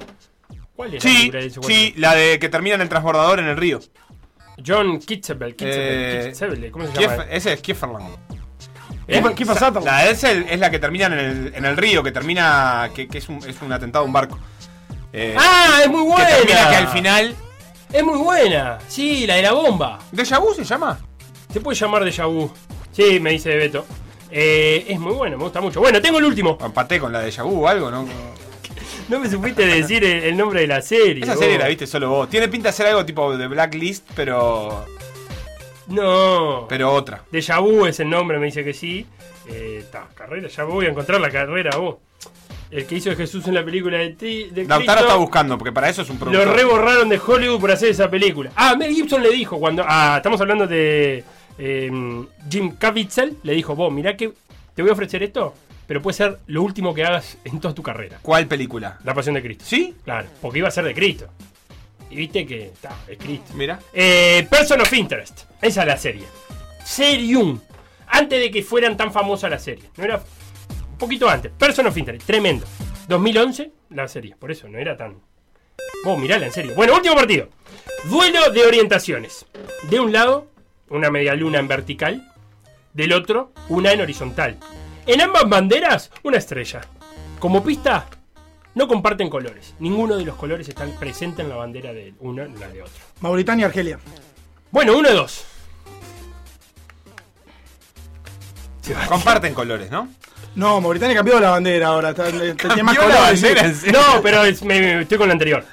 Speaker 1: ¿Cuál es la
Speaker 2: Sí,
Speaker 1: película de Denzel
Speaker 2: sí,
Speaker 1: Washington?
Speaker 2: la de que termina en el transbordador en el río.
Speaker 1: John Kitzebel, Kitzebel,
Speaker 2: Eh,
Speaker 1: Kitzebel, ¿cómo se
Speaker 2: Kiefer-
Speaker 1: llama?
Speaker 2: ese es Kieferland.
Speaker 1: ¿Eh?
Speaker 9: ¿Qué pasa,
Speaker 2: La de ese es la que termina en el, en el río, que termina. que, que es, un, es un atentado a un barco. Eh,
Speaker 1: Ah, es muy
Speaker 2: que
Speaker 1: buena.
Speaker 2: termina que al final.
Speaker 1: Es muy buena. Sí, la de la bomba.
Speaker 2: ¿Deja vu se llama?
Speaker 1: Se puede llamar de Vu. Sí, me dice Beto. Eh, es muy bueno, me gusta mucho. Bueno, tengo el último.
Speaker 2: O Empaté con la de vu o algo, ¿no?
Speaker 1: No me supiste decir el, el nombre de la serie.
Speaker 2: Esa
Speaker 1: vos.
Speaker 2: serie la viste solo vos. Tiene pinta de ser algo tipo de Blacklist, pero.
Speaker 1: No.
Speaker 2: pero otra.
Speaker 1: De Vu es el nombre, me dice que sí. Eh, ta, carrera, ya voy a encontrar la carrera vos. El que hizo de Jesús en la película de, ti, de
Speaker 2: Lautaro
Speaker 1: Cristo,
Speaker 2: está buscando, porque para eso es un
Speaker 1: Lo
Speaker 2: productor.
Speaker 1: reborraron de Hollywood por hacer esa película. Ah, Mel Gibson le dijo cuando. Ah, estamos hablando de eh, Jim Caviezel. Le dijo, vos, mirá que te voy a ofrecer esto, pero puede ser lo último que hagas en toda tu carrera.
Speaker 2: ¿Cuál película?
Speaker 1: La pasión de Cristo.
Speaker 2: ¿Sí?
Speaker 1: Claro, porque iba a ser de Cristo. Y viste que. Está, es Cristo.
Speaker 2: Mira.
Speaker 1: Eh, Person of Interest. Esa es la serie. Serium. Antes de que fueran tan famosas las series. No era. Un poquito antes. Person of Interest. Tremendo. 2011, la serie. Por eso no era tan. Vos mirala, en serio. Bueno, último partido. Duelo de orientaciones. De un lado, una media luna en vertical. Del otro, una en horizontal. En ambas banderas, una estrella. Como pista, no comparten colores. Ninguno de los colores está presente en la bandera de uno ni la de otro.
Speaker 3: Mauritania, Argelia.
Speaker 1: Bueno, uno de dos.
Speaker 2: Comparten colores, ¿no?
Speaker 3: No, Mauritania cambió la bandera ahora. está- te- tiene más
Speaker 2: Cambió la
Speaker 3: colores, sí.
Speaker 2: bandera, en serio.
Speaker 1: No, pero es- me- me- estoy con la anterior.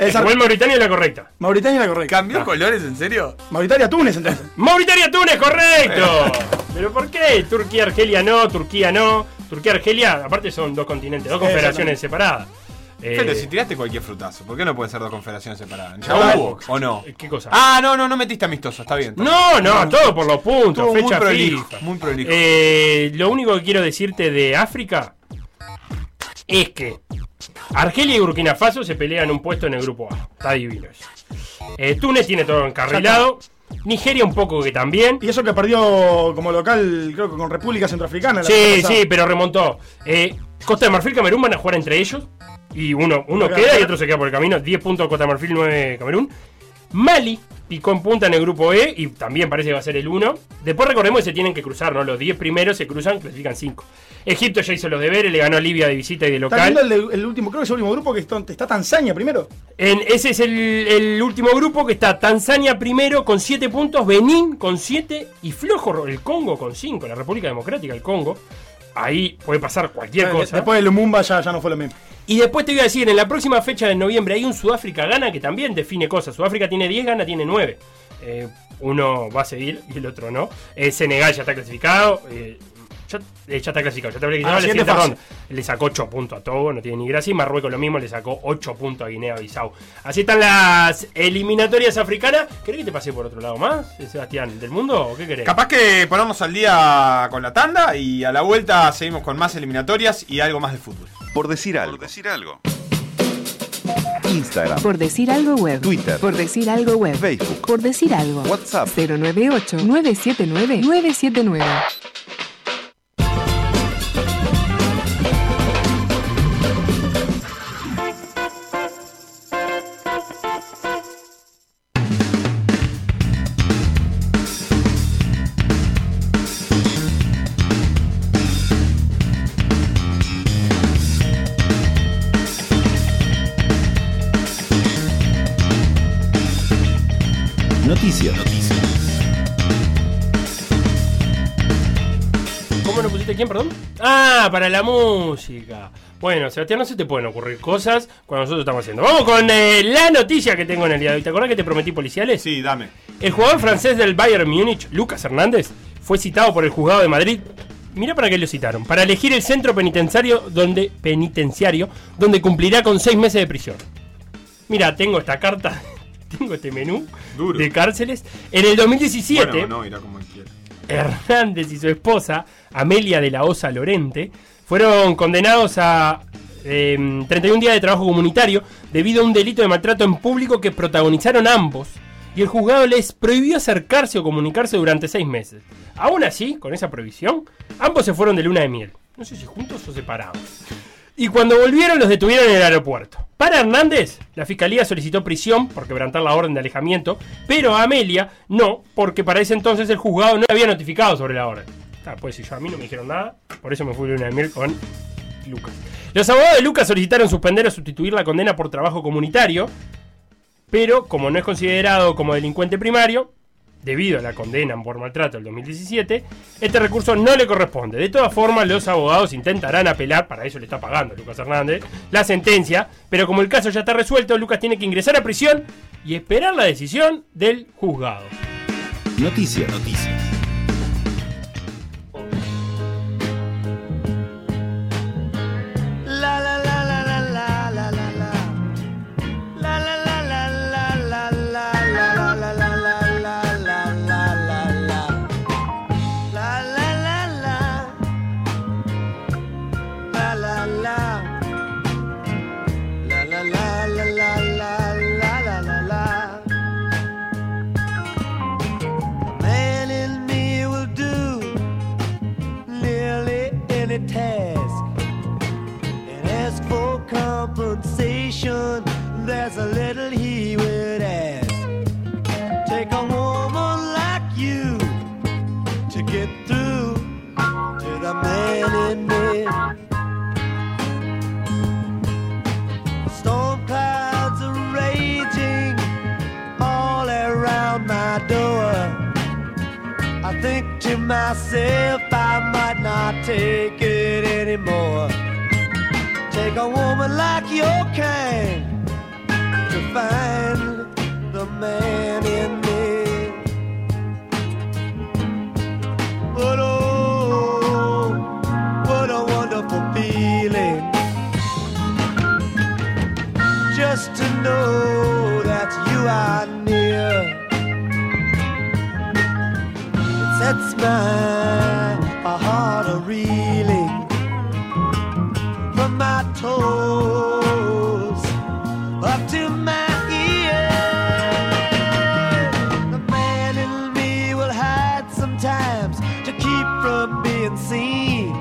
Speaker 3: Esa-
Speaker 1: Igual Mauritania es la correcta.
Speaker 3: Mauritania la correcta.
Speaker 2: ¿Cambió colores, en serio?
Speaker 3: Mauritania, Túnez entonces.
Speaker 1: Mauritania Túnez, correcto. Pero ¿por qué? Turquía, Argelia no, Turquía no. Turquía, Argelia, aparte son dos continentes, dos confederaciones separadas. Eh,
Speaker 2: Pero si tiraste cualquier frutazo, ¿por qué no pueden ser dos confederaciones separadas?
Speaker 3: Ah,
Speaker 2: ¿Ya
Speaker 1: No,
Speaker 2: hubo? ¿O no?
Speaker 1: ¿Qué cosa?
Speaker 2: Ah, no, no, no metiste amistoso, está bien. está bien.
Speaker 1: no, no, todo por los puntos,
Speaker 2: Estuvo muy
Speaker 1: fecha
Speaker 2: prolijo,
Speaker 1: FIFA.
Speaker 2: muy prolijo.
Speaker 1: Eh, lo único que quiero decirte de África es que Argelia y Burkina Faso se pelean un puesto en el grupo A. Está divino eso. Eh, Túnez tiene todo encarrilado. Nigeria un poco que también.
Speaker 3: Y eso que perdió como local, creo que con República Centroafricana. la
Speaker 1: Sí,
Speaker 3: semana pasada.
Speaker 1: sí, pero remontó. Eh, Costa de Marfil, Camerún van a jugar entre ellos. Y uno, uno
Speaker 3: Acá,
Speaker 1: queda y
Speaker 3: acá.
Speaker 1: otro se queda por el camino. 10 puntos Costa de Marfil, 9 Camerún. Mali picó en punta en el grupo E y también parece que va a ser el 1. Después recordemos que se tienen que cruzar, ¿no? Los 10 primeros se cruzan, clasifican 5. Egipto ya hizo los deberes, le ganó a Libia de visita y de
Speaker 3: Está viendo
Speaker 1: local.
Speaker 3: el, de- el último, creo que es el último grupo que está, está Tanzania primero.
Speaker 1: En- ese es el, el último grupo que está Tanzania primero con 7 puntos, Benín con 7 y flojo el Congo con 5, la República Democrática del Congo. Ahí puede pasar cualquier
Speaker 3: Eh,
Speaker 1: cosa.
Speaker 3: Después de Lumumba ya, ya no fue lo mismo.
Speaker 1: Y después te voy a decir, en la próxima fecha de noviembre hay un Sudáfrica Gana que también define cosas. Sudáfrica tiene 10, Gana tiene 9. Eh, uno va a seguir y el otro no. Eh, Senegal ya está clasificado. eh, ya, eh, ya está clasificado, ya está clasificado.
Speaker 3: Ah,
Speaker 1: la
Speaker 3: siguiente
Speaker 1: siguiente
Speaker 3: fase.
Speaker 1: ronda. Le sacó 8 puntos a Togo, no tiene ni gracia. Y Marruecos lo mismo, le sacó 8 puntos a Guinea-Bissau. Así están las eliminatorias africanas. ¿Querés que te pase por otro lado más, eh, Sebastián, del mundo? ¿O qué querés?
Speaker 2: Capaz que ponemos al día con la tanda y a la vuelta seguimos con más eliminatorias y algo más de fútbol.
Speaker 5: Por decir algo. Instagram,
Speaker 4: Por decir algo web.
Speaker 5: Twitter.
Speaker 4: Por decir algo web.
Speaker 5: Facebook.
Speaker 4: Por decir algo.
Speaker 5: WhatsApp.
Speaker 4: 098-979-979.
Speaker 5: Noticias.
Speaker 1: ¿Cómo lo pusiste quién, perdón? Ah, para la música. Bueno, Sebastián, no se te pueden ocurrir cosas cuando nosotros estamos haciendo. Vamos con eh, la noticia que tengo en el día de hoy. ¿Te acordás que te prometí policiales?
Speaker 2: Sí, dame.
Speaker 1: El jugador francés del Bayern Múnich, Lucas Hernández, fue citado por el juzgado de Madrid. Mira para qué lo citaron. Para elegir el centro penitenciario donde, penitenciario donde cumplirá con seis meses de prisión. Mira, tengo esta carta, tengo este menú
Speaker 2: Duro.
Speaker 1: de cárceles. En el 2017...
Speaker 2: Bueno, no, irá como él quiera.
Speaker 1: Hernández y su esposa, Amelia de la Osa Lorente, fueron condenados a eh, 31 días de trabajo comunitario debido a un delito de maltrato en público que protagonizaron ambos. Y el juzgado les prohibió acercarse o comunicarse durante seis meses. Aún así, con esa prohibición, ambos se fueron de luna de miel. No sé si juntos o separados. Y cuando volvieron los detuvieron en el aeropuerto. Para Hernández, la fiscalía solicitó prisión por quebrantar la orden de alejamiento, pero a Amelia no, porque para ese entonces el juzgado no le había notificado sobre la orden. Ah, pues si yo a mí no me dijeron nada, por eso me fui de luna de miel con Lucas. Los abogados de Lucas solicitaron suspender o sustituir la condena por trabajo comunitario, pero como no es considerado como delincuente primario, debido a la condena por maltrato del 2017, este recurso no le corresponde. De todas formas, los abogados intentarán apelar, para eso le está pagando Lucas Hernández, la sentencia, pero como el caso ya está resuelto, Lucas tiene que ingresar a prisión y esperar la decisión del juzgado.
Speaker 5: Noticias. Noticias.
Speaker 9: La
Speaker 8: think to myself I might not take it anymore. Take a woman like your kind to find the man in me. But oh, what a wonderful feeling just to know that you are near. It sets my heart a reeling from my toes up to my ears. The man in me will hide sometimes to keep from being seen.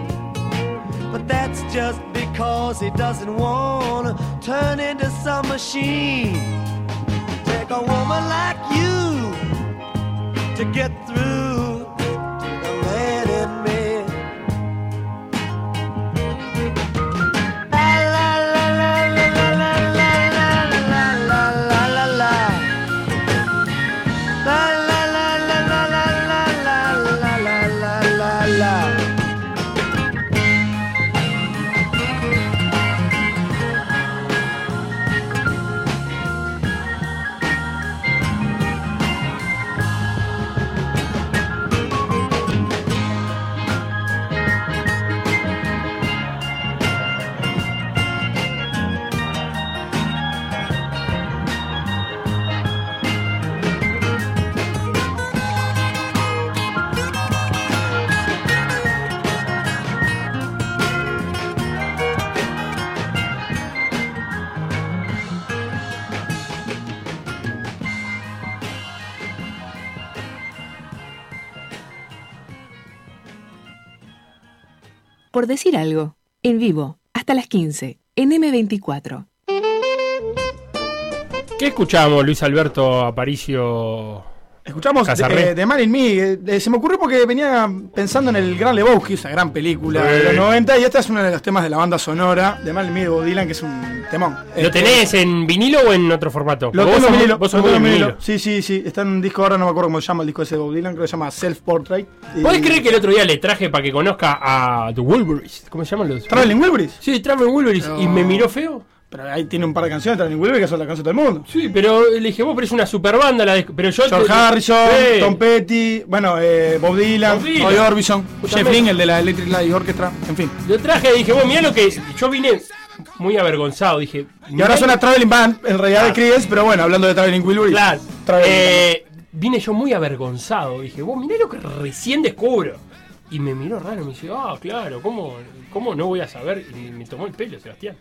Speaker 8: But that's just because he doesn't wanna turn into some machine. Take a woman like you to get through to the man in me. La la la la la la la la la la la la la. La la la la la la la la la la la la la.
Speaker 4: Por decir algo, en vivo, hasta las 15, en M24.
Speaker 1: ¿Qué escuchamos, Luis Alberto Aparicio?
Speaker 3: Escuchamos
Speaker 1: Casarré.
Speaker 3: de, de Man in Me. eh, eh, se me ocurrió porque venía pensando en el Gran Lebowski, esa gran película de los
Speaker 1: Sí.
Speaker 3: 90, y este es uno de los temas de la banda sonora de Man in Me de Bob Dylan, que es un temón.
Speaker 1: ¿Lo
Speaker 3: Este,
Speaker 1: tenés en vinilo o en otro formato?
Speaker 3: Lo
Speaker 1: Porque
Speaker 3: tengo
Speaker 1: vos
Speaker 3: en
Speaker 1: sos-
Speaker 3: vinilo,
Speaker 1: vos
Speaker 3: lo
Speaker 1: sos
Speaker 3: tengo en
Speaker 1: muy
Speaker 3: vinilo.
Speaker 1: vinilo.
Speaker 3: Sí, sí, sí. Está en un disco, ahora no me acuerdo cómo se llama el disco ese de Bob Dylan, creo que se llama Self Portrait. Y-
Speaker 1: ¿Podés creer que el otro día le traje para que conozca a The Wolverines? ¿Cómo se llaman los?
Speaker 3: Traveling Wilburys?
Speaker 1: Sí, Traveling Wolverines.
Speaker 3: No.
Speaker 1: ¿Y me miró feo?
Speaker 3: Pero ahí tiene un par de canciones de Traveling Wilburys que son las canciones de todo el mundo.
Speaker 1: Sí, pero le dije, vos, pero es una super banda la de... Pero yo
Speaker 3: George
Speaker 1: te-
Speaker 3: Harrison,
Speaker 1: Sí.
Speaker 3: Tom Petty, bueno, eh, Bob Dylan,
Speaker 1: Bob Dylan.
Speaker 3: Roy Orbison,
Speaker 1: Escuchame.
Speaker 3: Jeff Lynne, el de la Electric Light Orchestra, en fin.
Speaker 1: Lo traje y dije, vos, mirá lo que... Yo vine muy avergonzado, dije...
Speaker 3: Y ahora suena Traveling Band, en realidad de Creedence, pero bueno, hablando de Traveling Wilburys.
Speaker 1: Claro.
Speaker 3: Traveling
Speaker 1: Eh, vine yo muy avergonzado. Dije, vos mirá lo que recién descubro. Y me miró raro, me dice, ah, claro, ¿cómo, cómo no voy a saber? Y me tomó el pelo, Sebastián.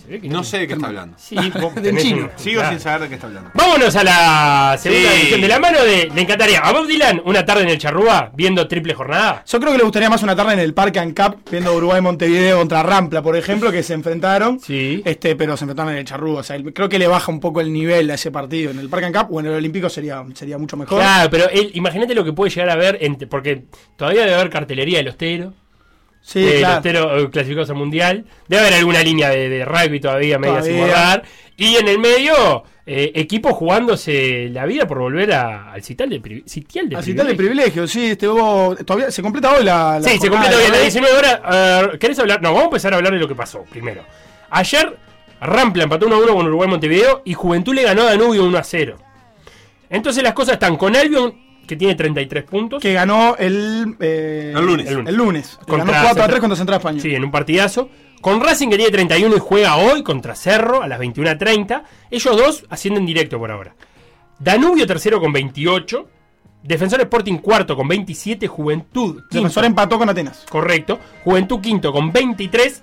Speaker 1: Se ve que
Speaker 2: No sé de qué está hablando.
Speaker 1: Sí, vos tenés
Speaker 3: chino.
Speaker 1: un-
Speaker 2: Sigo
Speaker 1: claro.
Speaker 2: sin saber de qué está hablando.
Speaker 1: Vámonos a la segunda
Speaker 2: Sí.
Speaker 1: edición de la mano de. Le encantaría. A Bob Dylan, una tarde en el Charrúa, viendo triple jornada.
Speaker 3: Yo creo que le gustaría más una tarde en el Parque Ancap, viendo Uruguay-Montevideo contra Rampla, por ejemplo, que se enfrentaron.
Speaker 1: Sí.
Speaker 3: Este, pero se enfrentaron en el Charrúa. O sea, el- creo que le baja un poco el nivel a ese partido. En el Parque Ancap o en el Olímpico sería, sería mucho mejor.
Speaker 1: Claro, pero él, imagínate lo que puede llegar a ver, entre- porque todavía debe haber cartelería del Ostero.
Speaker 3: Sí,
Speaker 1: eh,
Speaker 3: claro.
Speaker 1: El Ostero eh, clasificados al mundial. Debe haber alguna línea de, de rugby todavía media sin
Speaker 3: Todavía.
Speaker 1: guardar. Y en el medio, eh, equipos jugándose la vida por volver a- al sitial de, pri- sitial de
Speaker 3: Así tal de
Speaker 1: privilegio.
Speaker 3: privilegio, sí, este hubo- todavía se completa hoy la. la
Speaker 1: Sí, se
Speaker 3: jornada,
Speaker 1: completa bien. A las
Speaker 3: ¿no?
Speaker 1: 19 horas. eh, ¿Querés hablar? No, vamos a empezar a hablar de lo que pasó primero. Ayer, Rampla empató 1 1 con Uruguay Montevideo y Juventud le ganó a Danubio 1 0. Entonces las cosas están con Albion, que tiene 33 puntos.
Speaker 3: Que ganó el. eh,
Speaker 2: El lunes.
Speaker 3: El lunes. El lunes. Que
Speaker 1: Contra
Speaker 3: ganó 4 a
Speaker 1: Central-
Speaker 3: 3 contra Central España.
Speaker 1: Sí, en un partidazo. Con Racing que tiene 31 y juega hoy contra Cerro a las 21.30. Ellos dos ascienden directo por ahora. Danubio tercero con 28. Defensor Sporting cuarto con 27. Juventud quinto.
Speaker 3: Defensor empató con Atenas.
Speaker 1: Correcto. Juventud quinto con 23.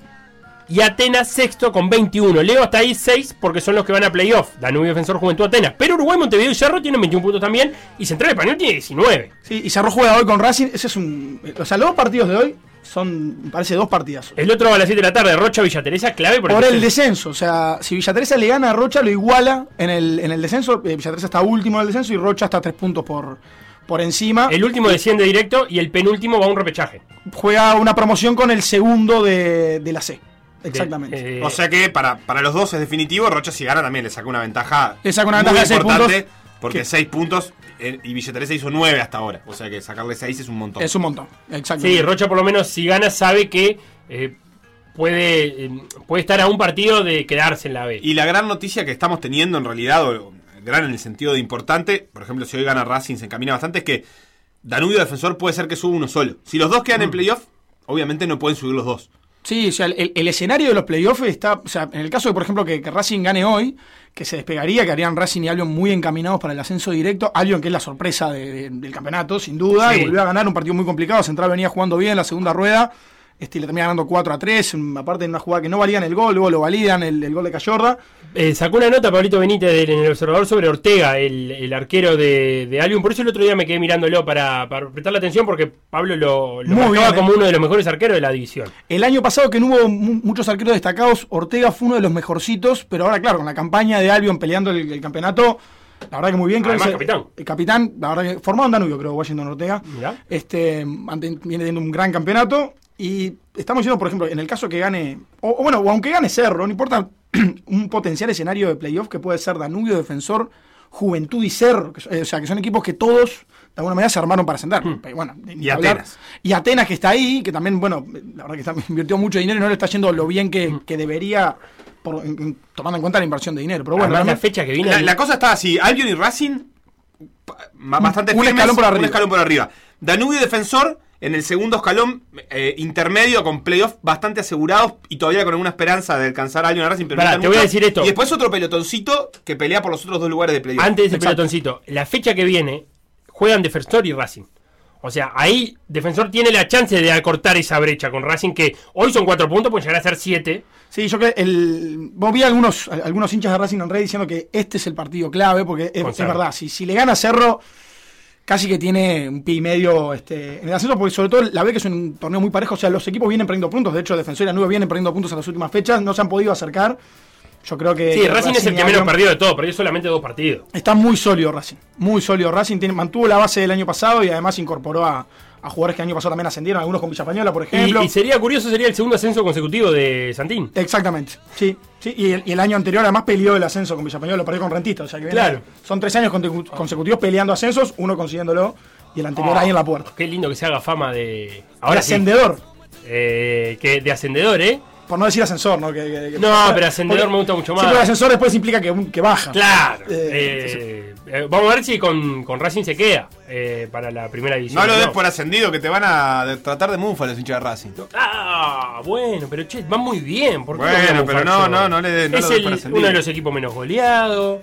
Speaker 1: Y Atenas sexto con 21. Leo hasta ahí 6 porque son los que van a playoff. Danubio, Defensor, Juventud, Atenas. Pero Uruguay, Montevideo y Cerro tienen 21 puntos también. Y Central Español tiene 19.
Speaker 3: Sí, y Cerro juega hoy con Racing. Ese es un. O sea, los dos partidos de hoy son, me parece, dos partidazos.
Speaker 1: El otro a las 7 de la tarde, Rocha, Villa Teresa, clave por,
Speaker 3: Por el descenso, o sea, si Villa Teresa le gana a Rocha, lo iguala en el, en el descenso. eh, Villa Teresa está último en el descenso y Rocha está a tres puntos por, por encima.
Speaker 1: El último desciende directo y el penúltimo va a un repechaje.
Speaker 3: Juega una promoción con el segundo de, de la C. Exactamente.
Speaker 1: De- eh,
Speaker 2: O sea que para, para los dos es definitivo. Rocha, si gana, también le saca una ventaja.
Speaker 3: Le saca una
Speaker 2: muy
Speaker 3: ventaja de seis
Speaker 2: importante, Porque 6 puntos eh, y Billeterés se hizo 9 hasta ahora. O sea que sacarle 6 es un montón.
Speaker 3: Es un montón, exacto.
Speaker 1: Sí, Rocha por lo menos si gana sabe que eh, puede, eh, puede estar a un partido de quedarse en la B.
Speaker 2: Y la gran noticia que estamos teniendo en realidad, o gran en el sentido de importante, por ejemplo, si hoy gana Racing se encamina bastante, es que Danubio Defensor puede ser que suba uno solo. Si los dos
Speaker 1: Mm.
Speaker 2: quedan en playoff, obviamente no pueden subir los dos.
Speaker 3: Sí, o sea, el, el escenario de los playoffs está, o sea, en el caso de, por ejemplo, que, que Racing gane hoy, que se despegaría, que harían Racing y Albion muy encaminados para el ascenso directo, Albion que es la sorpresa de- de- del campeonato, sin duda,
Speaker 1: Sí.
Speaker 3: y volvió a ganar un partido muy complicado, Central venía jugando bien en la segunda rueda, este, le termina ganando 4 a 3, mm, aparte en una jugada que no valían el gol, luego lo validan, el, el gol de Cayorda,
Speaker 1: Eh, sacó una nota Pablito Benítez del- en el observador sobre Ortega, el, el arquero de, de Albion. Por eso el otro día me quedé mirándolo para, para prestarle atención porque Pablo lo, lo
Speaker 3: Muy
Speaker 1: marcaba
Speaker 3: bien, eh.
Speaker 1: como uno de los mejores arqueros de la división.
Speaker 3: El año pasado que no hubo mu- muchos arqueros destacados, Ortega fue uno de los mejorcitos, pero ahora claro, con la campaña de Albion peleando el, el campeonato, la verdad que muy bien, creo
Speaker 1: Además,
Speaker 3: que se-
Speaker 1: capitán.
Speaker 3: el capitán, la verdad que formado en Danubio, creo, Washington Ortega.
Speaker 1: Mirá.
Speaker 3: Este ante- viene teniendo un gran campeonato y estamos diciendo, por ejemplo, en el caso que gane o, o bueno, o aunque gane Cerro, no importa un potencial escenario de playoff que puede ser Danubio, Defensor, Juventud y Cerro, que so- eh, o sea, que son equipos que todos de alguna manera se armaron para sentar.
Speaker 1: Hmm.
Speaker 3: Pero Bueno, ni- ni
Speaker 2: Y
Speaker 3: hablar.
Speaker 2: Atenas.
Speaker 3: Y Atenas que está ahí, que también, bueno, la verdad que también invirtió mucho dinero y no le está yendo lo bien
Speaker 1: Mm.
Speaker 3: que, que debería, por- en- en- tomando en cuenta la inversión de dinero. Pero bueno,
Speaker 1: Además, la
Speaker 3: realmente-
Speaker 1: fecha que viene.
Speaker 2: La, la cosa está así, Albion y Racing pa- ma- bastante
Speaker 3: Un escalón por arriba.
Speaker 2: un escalón por arriba. Danubio Defensor en el segundo escalón eh, intermedio con playoff bastante asegurados y todavía con alguna esperanza de alcanzar a Albion y Racing. Pero no
Speaker 1: Pará,
Speaker 2: tan
Speaker 1: te voy a
Speaker 2: mucho.
Speaker 1: decir esto.
Speaker 2: Y después otro pelotoncito que pelea por los otros dos lugares de playoff.
Speaker 1: Antes de ese
Speaker 2: Exacto.
Speaker 1: pelotoncito, la fecha que viene juegan Defensor y Racing. O sea, ahí Defensor tiene la chance de acortar esa brecha con Racing, que hoy son cuatro puntos, pues llegará a ser siete.
Speaker 3: Sí, yo creo que el. Vos vi algunos, algunos hinchas de Racing en red diciendo que este es el partido clave, porque es,
Speaker 1: Con
Speaker 3: es
Speaker 1: Cerro.
Speaker 3: verdad, si, si le gana Cerro, casi que tiene un pie y medio este, en el ascenso, porque sobre todo la B que es un torneo muy parejo, o sea, los equipos vienen perdiendo puntos, de hecho Defensor y la Nube vienen perdiendo puntos en las últimas fechas, no se han podido acercar. Yo creo que.
Speaker 1: Sí, Racing es el
Speaker 3: y
Speaker 1: que menos
Speaker 3: Albion-
Speaker 1: perdió de todo, perdió solamente dos partidos.
Speaker 3: Está muy sólido Racing, muy sólido Racing, tiene, mantuvo la base del año pasado y además incorporó a, a jugadores que el año pasado también ascendieron, algunos con Villapañola, por
Speaker 1: Y,
Speaker 3: ejemplo.
Speaker 1: y sería curioso, sería el segundo ascenso consecutivo de Santín.
Speaker 3: Exactamente, sí. sí. Y, el, y el año anterior además peleó el ascenso con Villapañol, lo perdió con Rentista. O sea que viene-
Speaker 1: Claro.
Speaker 3: son tres años conte- consecutivos peleando ascensos, uno consiguiéndolo y el anterior
Speaker 1: Ah.
Speaker 3: ahí en la puerta.
Speaker 1: Qué lindo que se haga fama de. Ahora
Speaker 3: De
Speaker 1: sí.
Speaker 3: ascendedor,
Speaker 1: Eh, que de ascendedor, ¿eh?
Speaker 3: por no decir ascensor, ¿no? Que- que- que-
Speaker 1: No,
Speaker 3: porque-
Speaker 1: pero ascendedor
Speaker 3: porque
Speaker 1: me gusta mucho más.
Speaker 3: Siempre el ascensor después implica que, que baja.
Speaker 1: Claro.
Speaker 3: Ah.
Speaker 1: Eh,
Speaker 3: Eh,
Speaker 1: eh, vamos a ver si con, con Racing se queda eh, para la primera división.
Speaker 2: No lo
Speaker 1: ¿no?
Speaker 2: des por ascendido, que te van a de- tratar de mufa los hinchas de Racing.
Speaker 1: Ah, bueno, pero che, va muy bien. ¿por qué
Speaker 2: Bueno,
Speaker 1: lo
Speaker 2: pero
Speaker 1: vamos a
Speaker 2: no, no, no le des- no
Speaker 1: es
Speaker 2: lo des
Speaker 1: el-
Speaker 2: por ascendido.
Speaker 1: uno de los equipos menos goleados.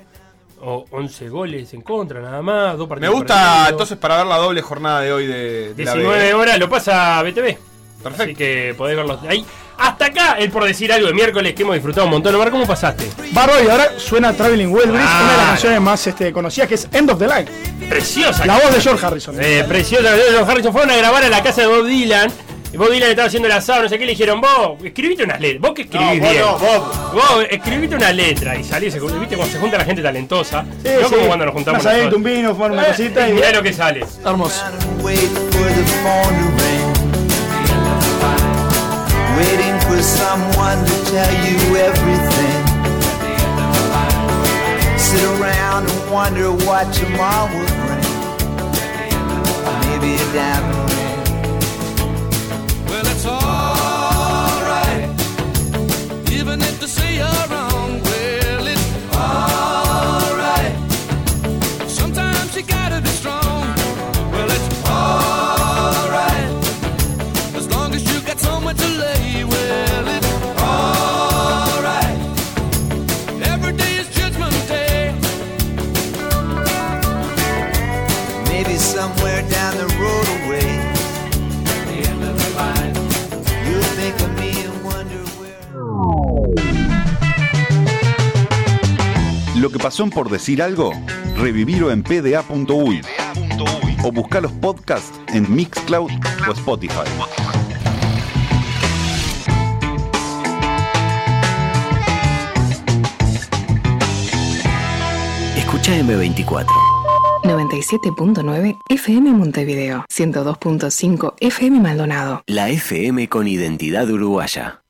Speaker 1: O 11 goles en contra, nada más. Dos
Speaker 2: Me
Speaker 1: partidos
Speaker 2: gusta
Speaker 1: perdidos.
Speaker 2: entonces para ver la doble jornada de hoy de, de la B. ¿eh?
Speaker 1: 19 horas, lo pasa BTV.
Speaker 2: Perfecto.
Speaker 1: Así que podés verlos ahí. Hasta acá el por decir algo de miércoles que hemos disfrutado un montón. Omar, ¿cómo pasaste?
Speaker 3: Barro y ahora suena Traveling Well Breeze, una de
Speaker 1: Claro.
Speaker 3: las canciones más este, conocidas que es End of the Line.
Speaker 1: Preciosa.
Speaker 3: La voz de George Harrison.
Speaker 1: Eh, preciosa. Los Harrison fueron a grabar a la casa de Bob Dylan. Y Bob Dylan estaba haciendo el asado, no sé qué. Le dijeron, vos, escribite unas letras. Vos que escribís
Speaker 2: No, vos
Speaker 1: bien.
Speaker 2: no,
Speaker 1: vos. escribite una letra y salís. ¿Viste cuando se junta la gente talentosa? no como cuando nos juntamos
Speaker 3: Más adentro,
Speaker 1: nosotros.
Speaker 3: un vino, fumar una
Speaker 1: Eh,
Speaker 3: cosita y.
Speaker 1: mirá lo que sale.
Speaker 3: Hermoso.
Speaker 10: wait for the phone to ring. Waiting for someone to tell you everything. Sit around and wonder what tomorrow will bring. Maybe a diamond ring. Well, it's alright. Even if they say you're wrong, well, it's alright. Sometimes you gotta be strong. Well, it's alright. As long as you got somewhere to lay, well, it's alright. Every day is judgment day. Maybe somewhere down the road away. The end of the line. You'll think of me and wonder where.
Speaker 5: Lo que pasó por decir algo, revivirlo en pda.uy o buscar los podcasts en Mixcloud o Spotify.
Speaker 11: Escucha M24.
Speaker 4: 97.9 FM Montevideo, 102.5 FM Maldonado.
Speaker 11: La FM con identidad uruguaya.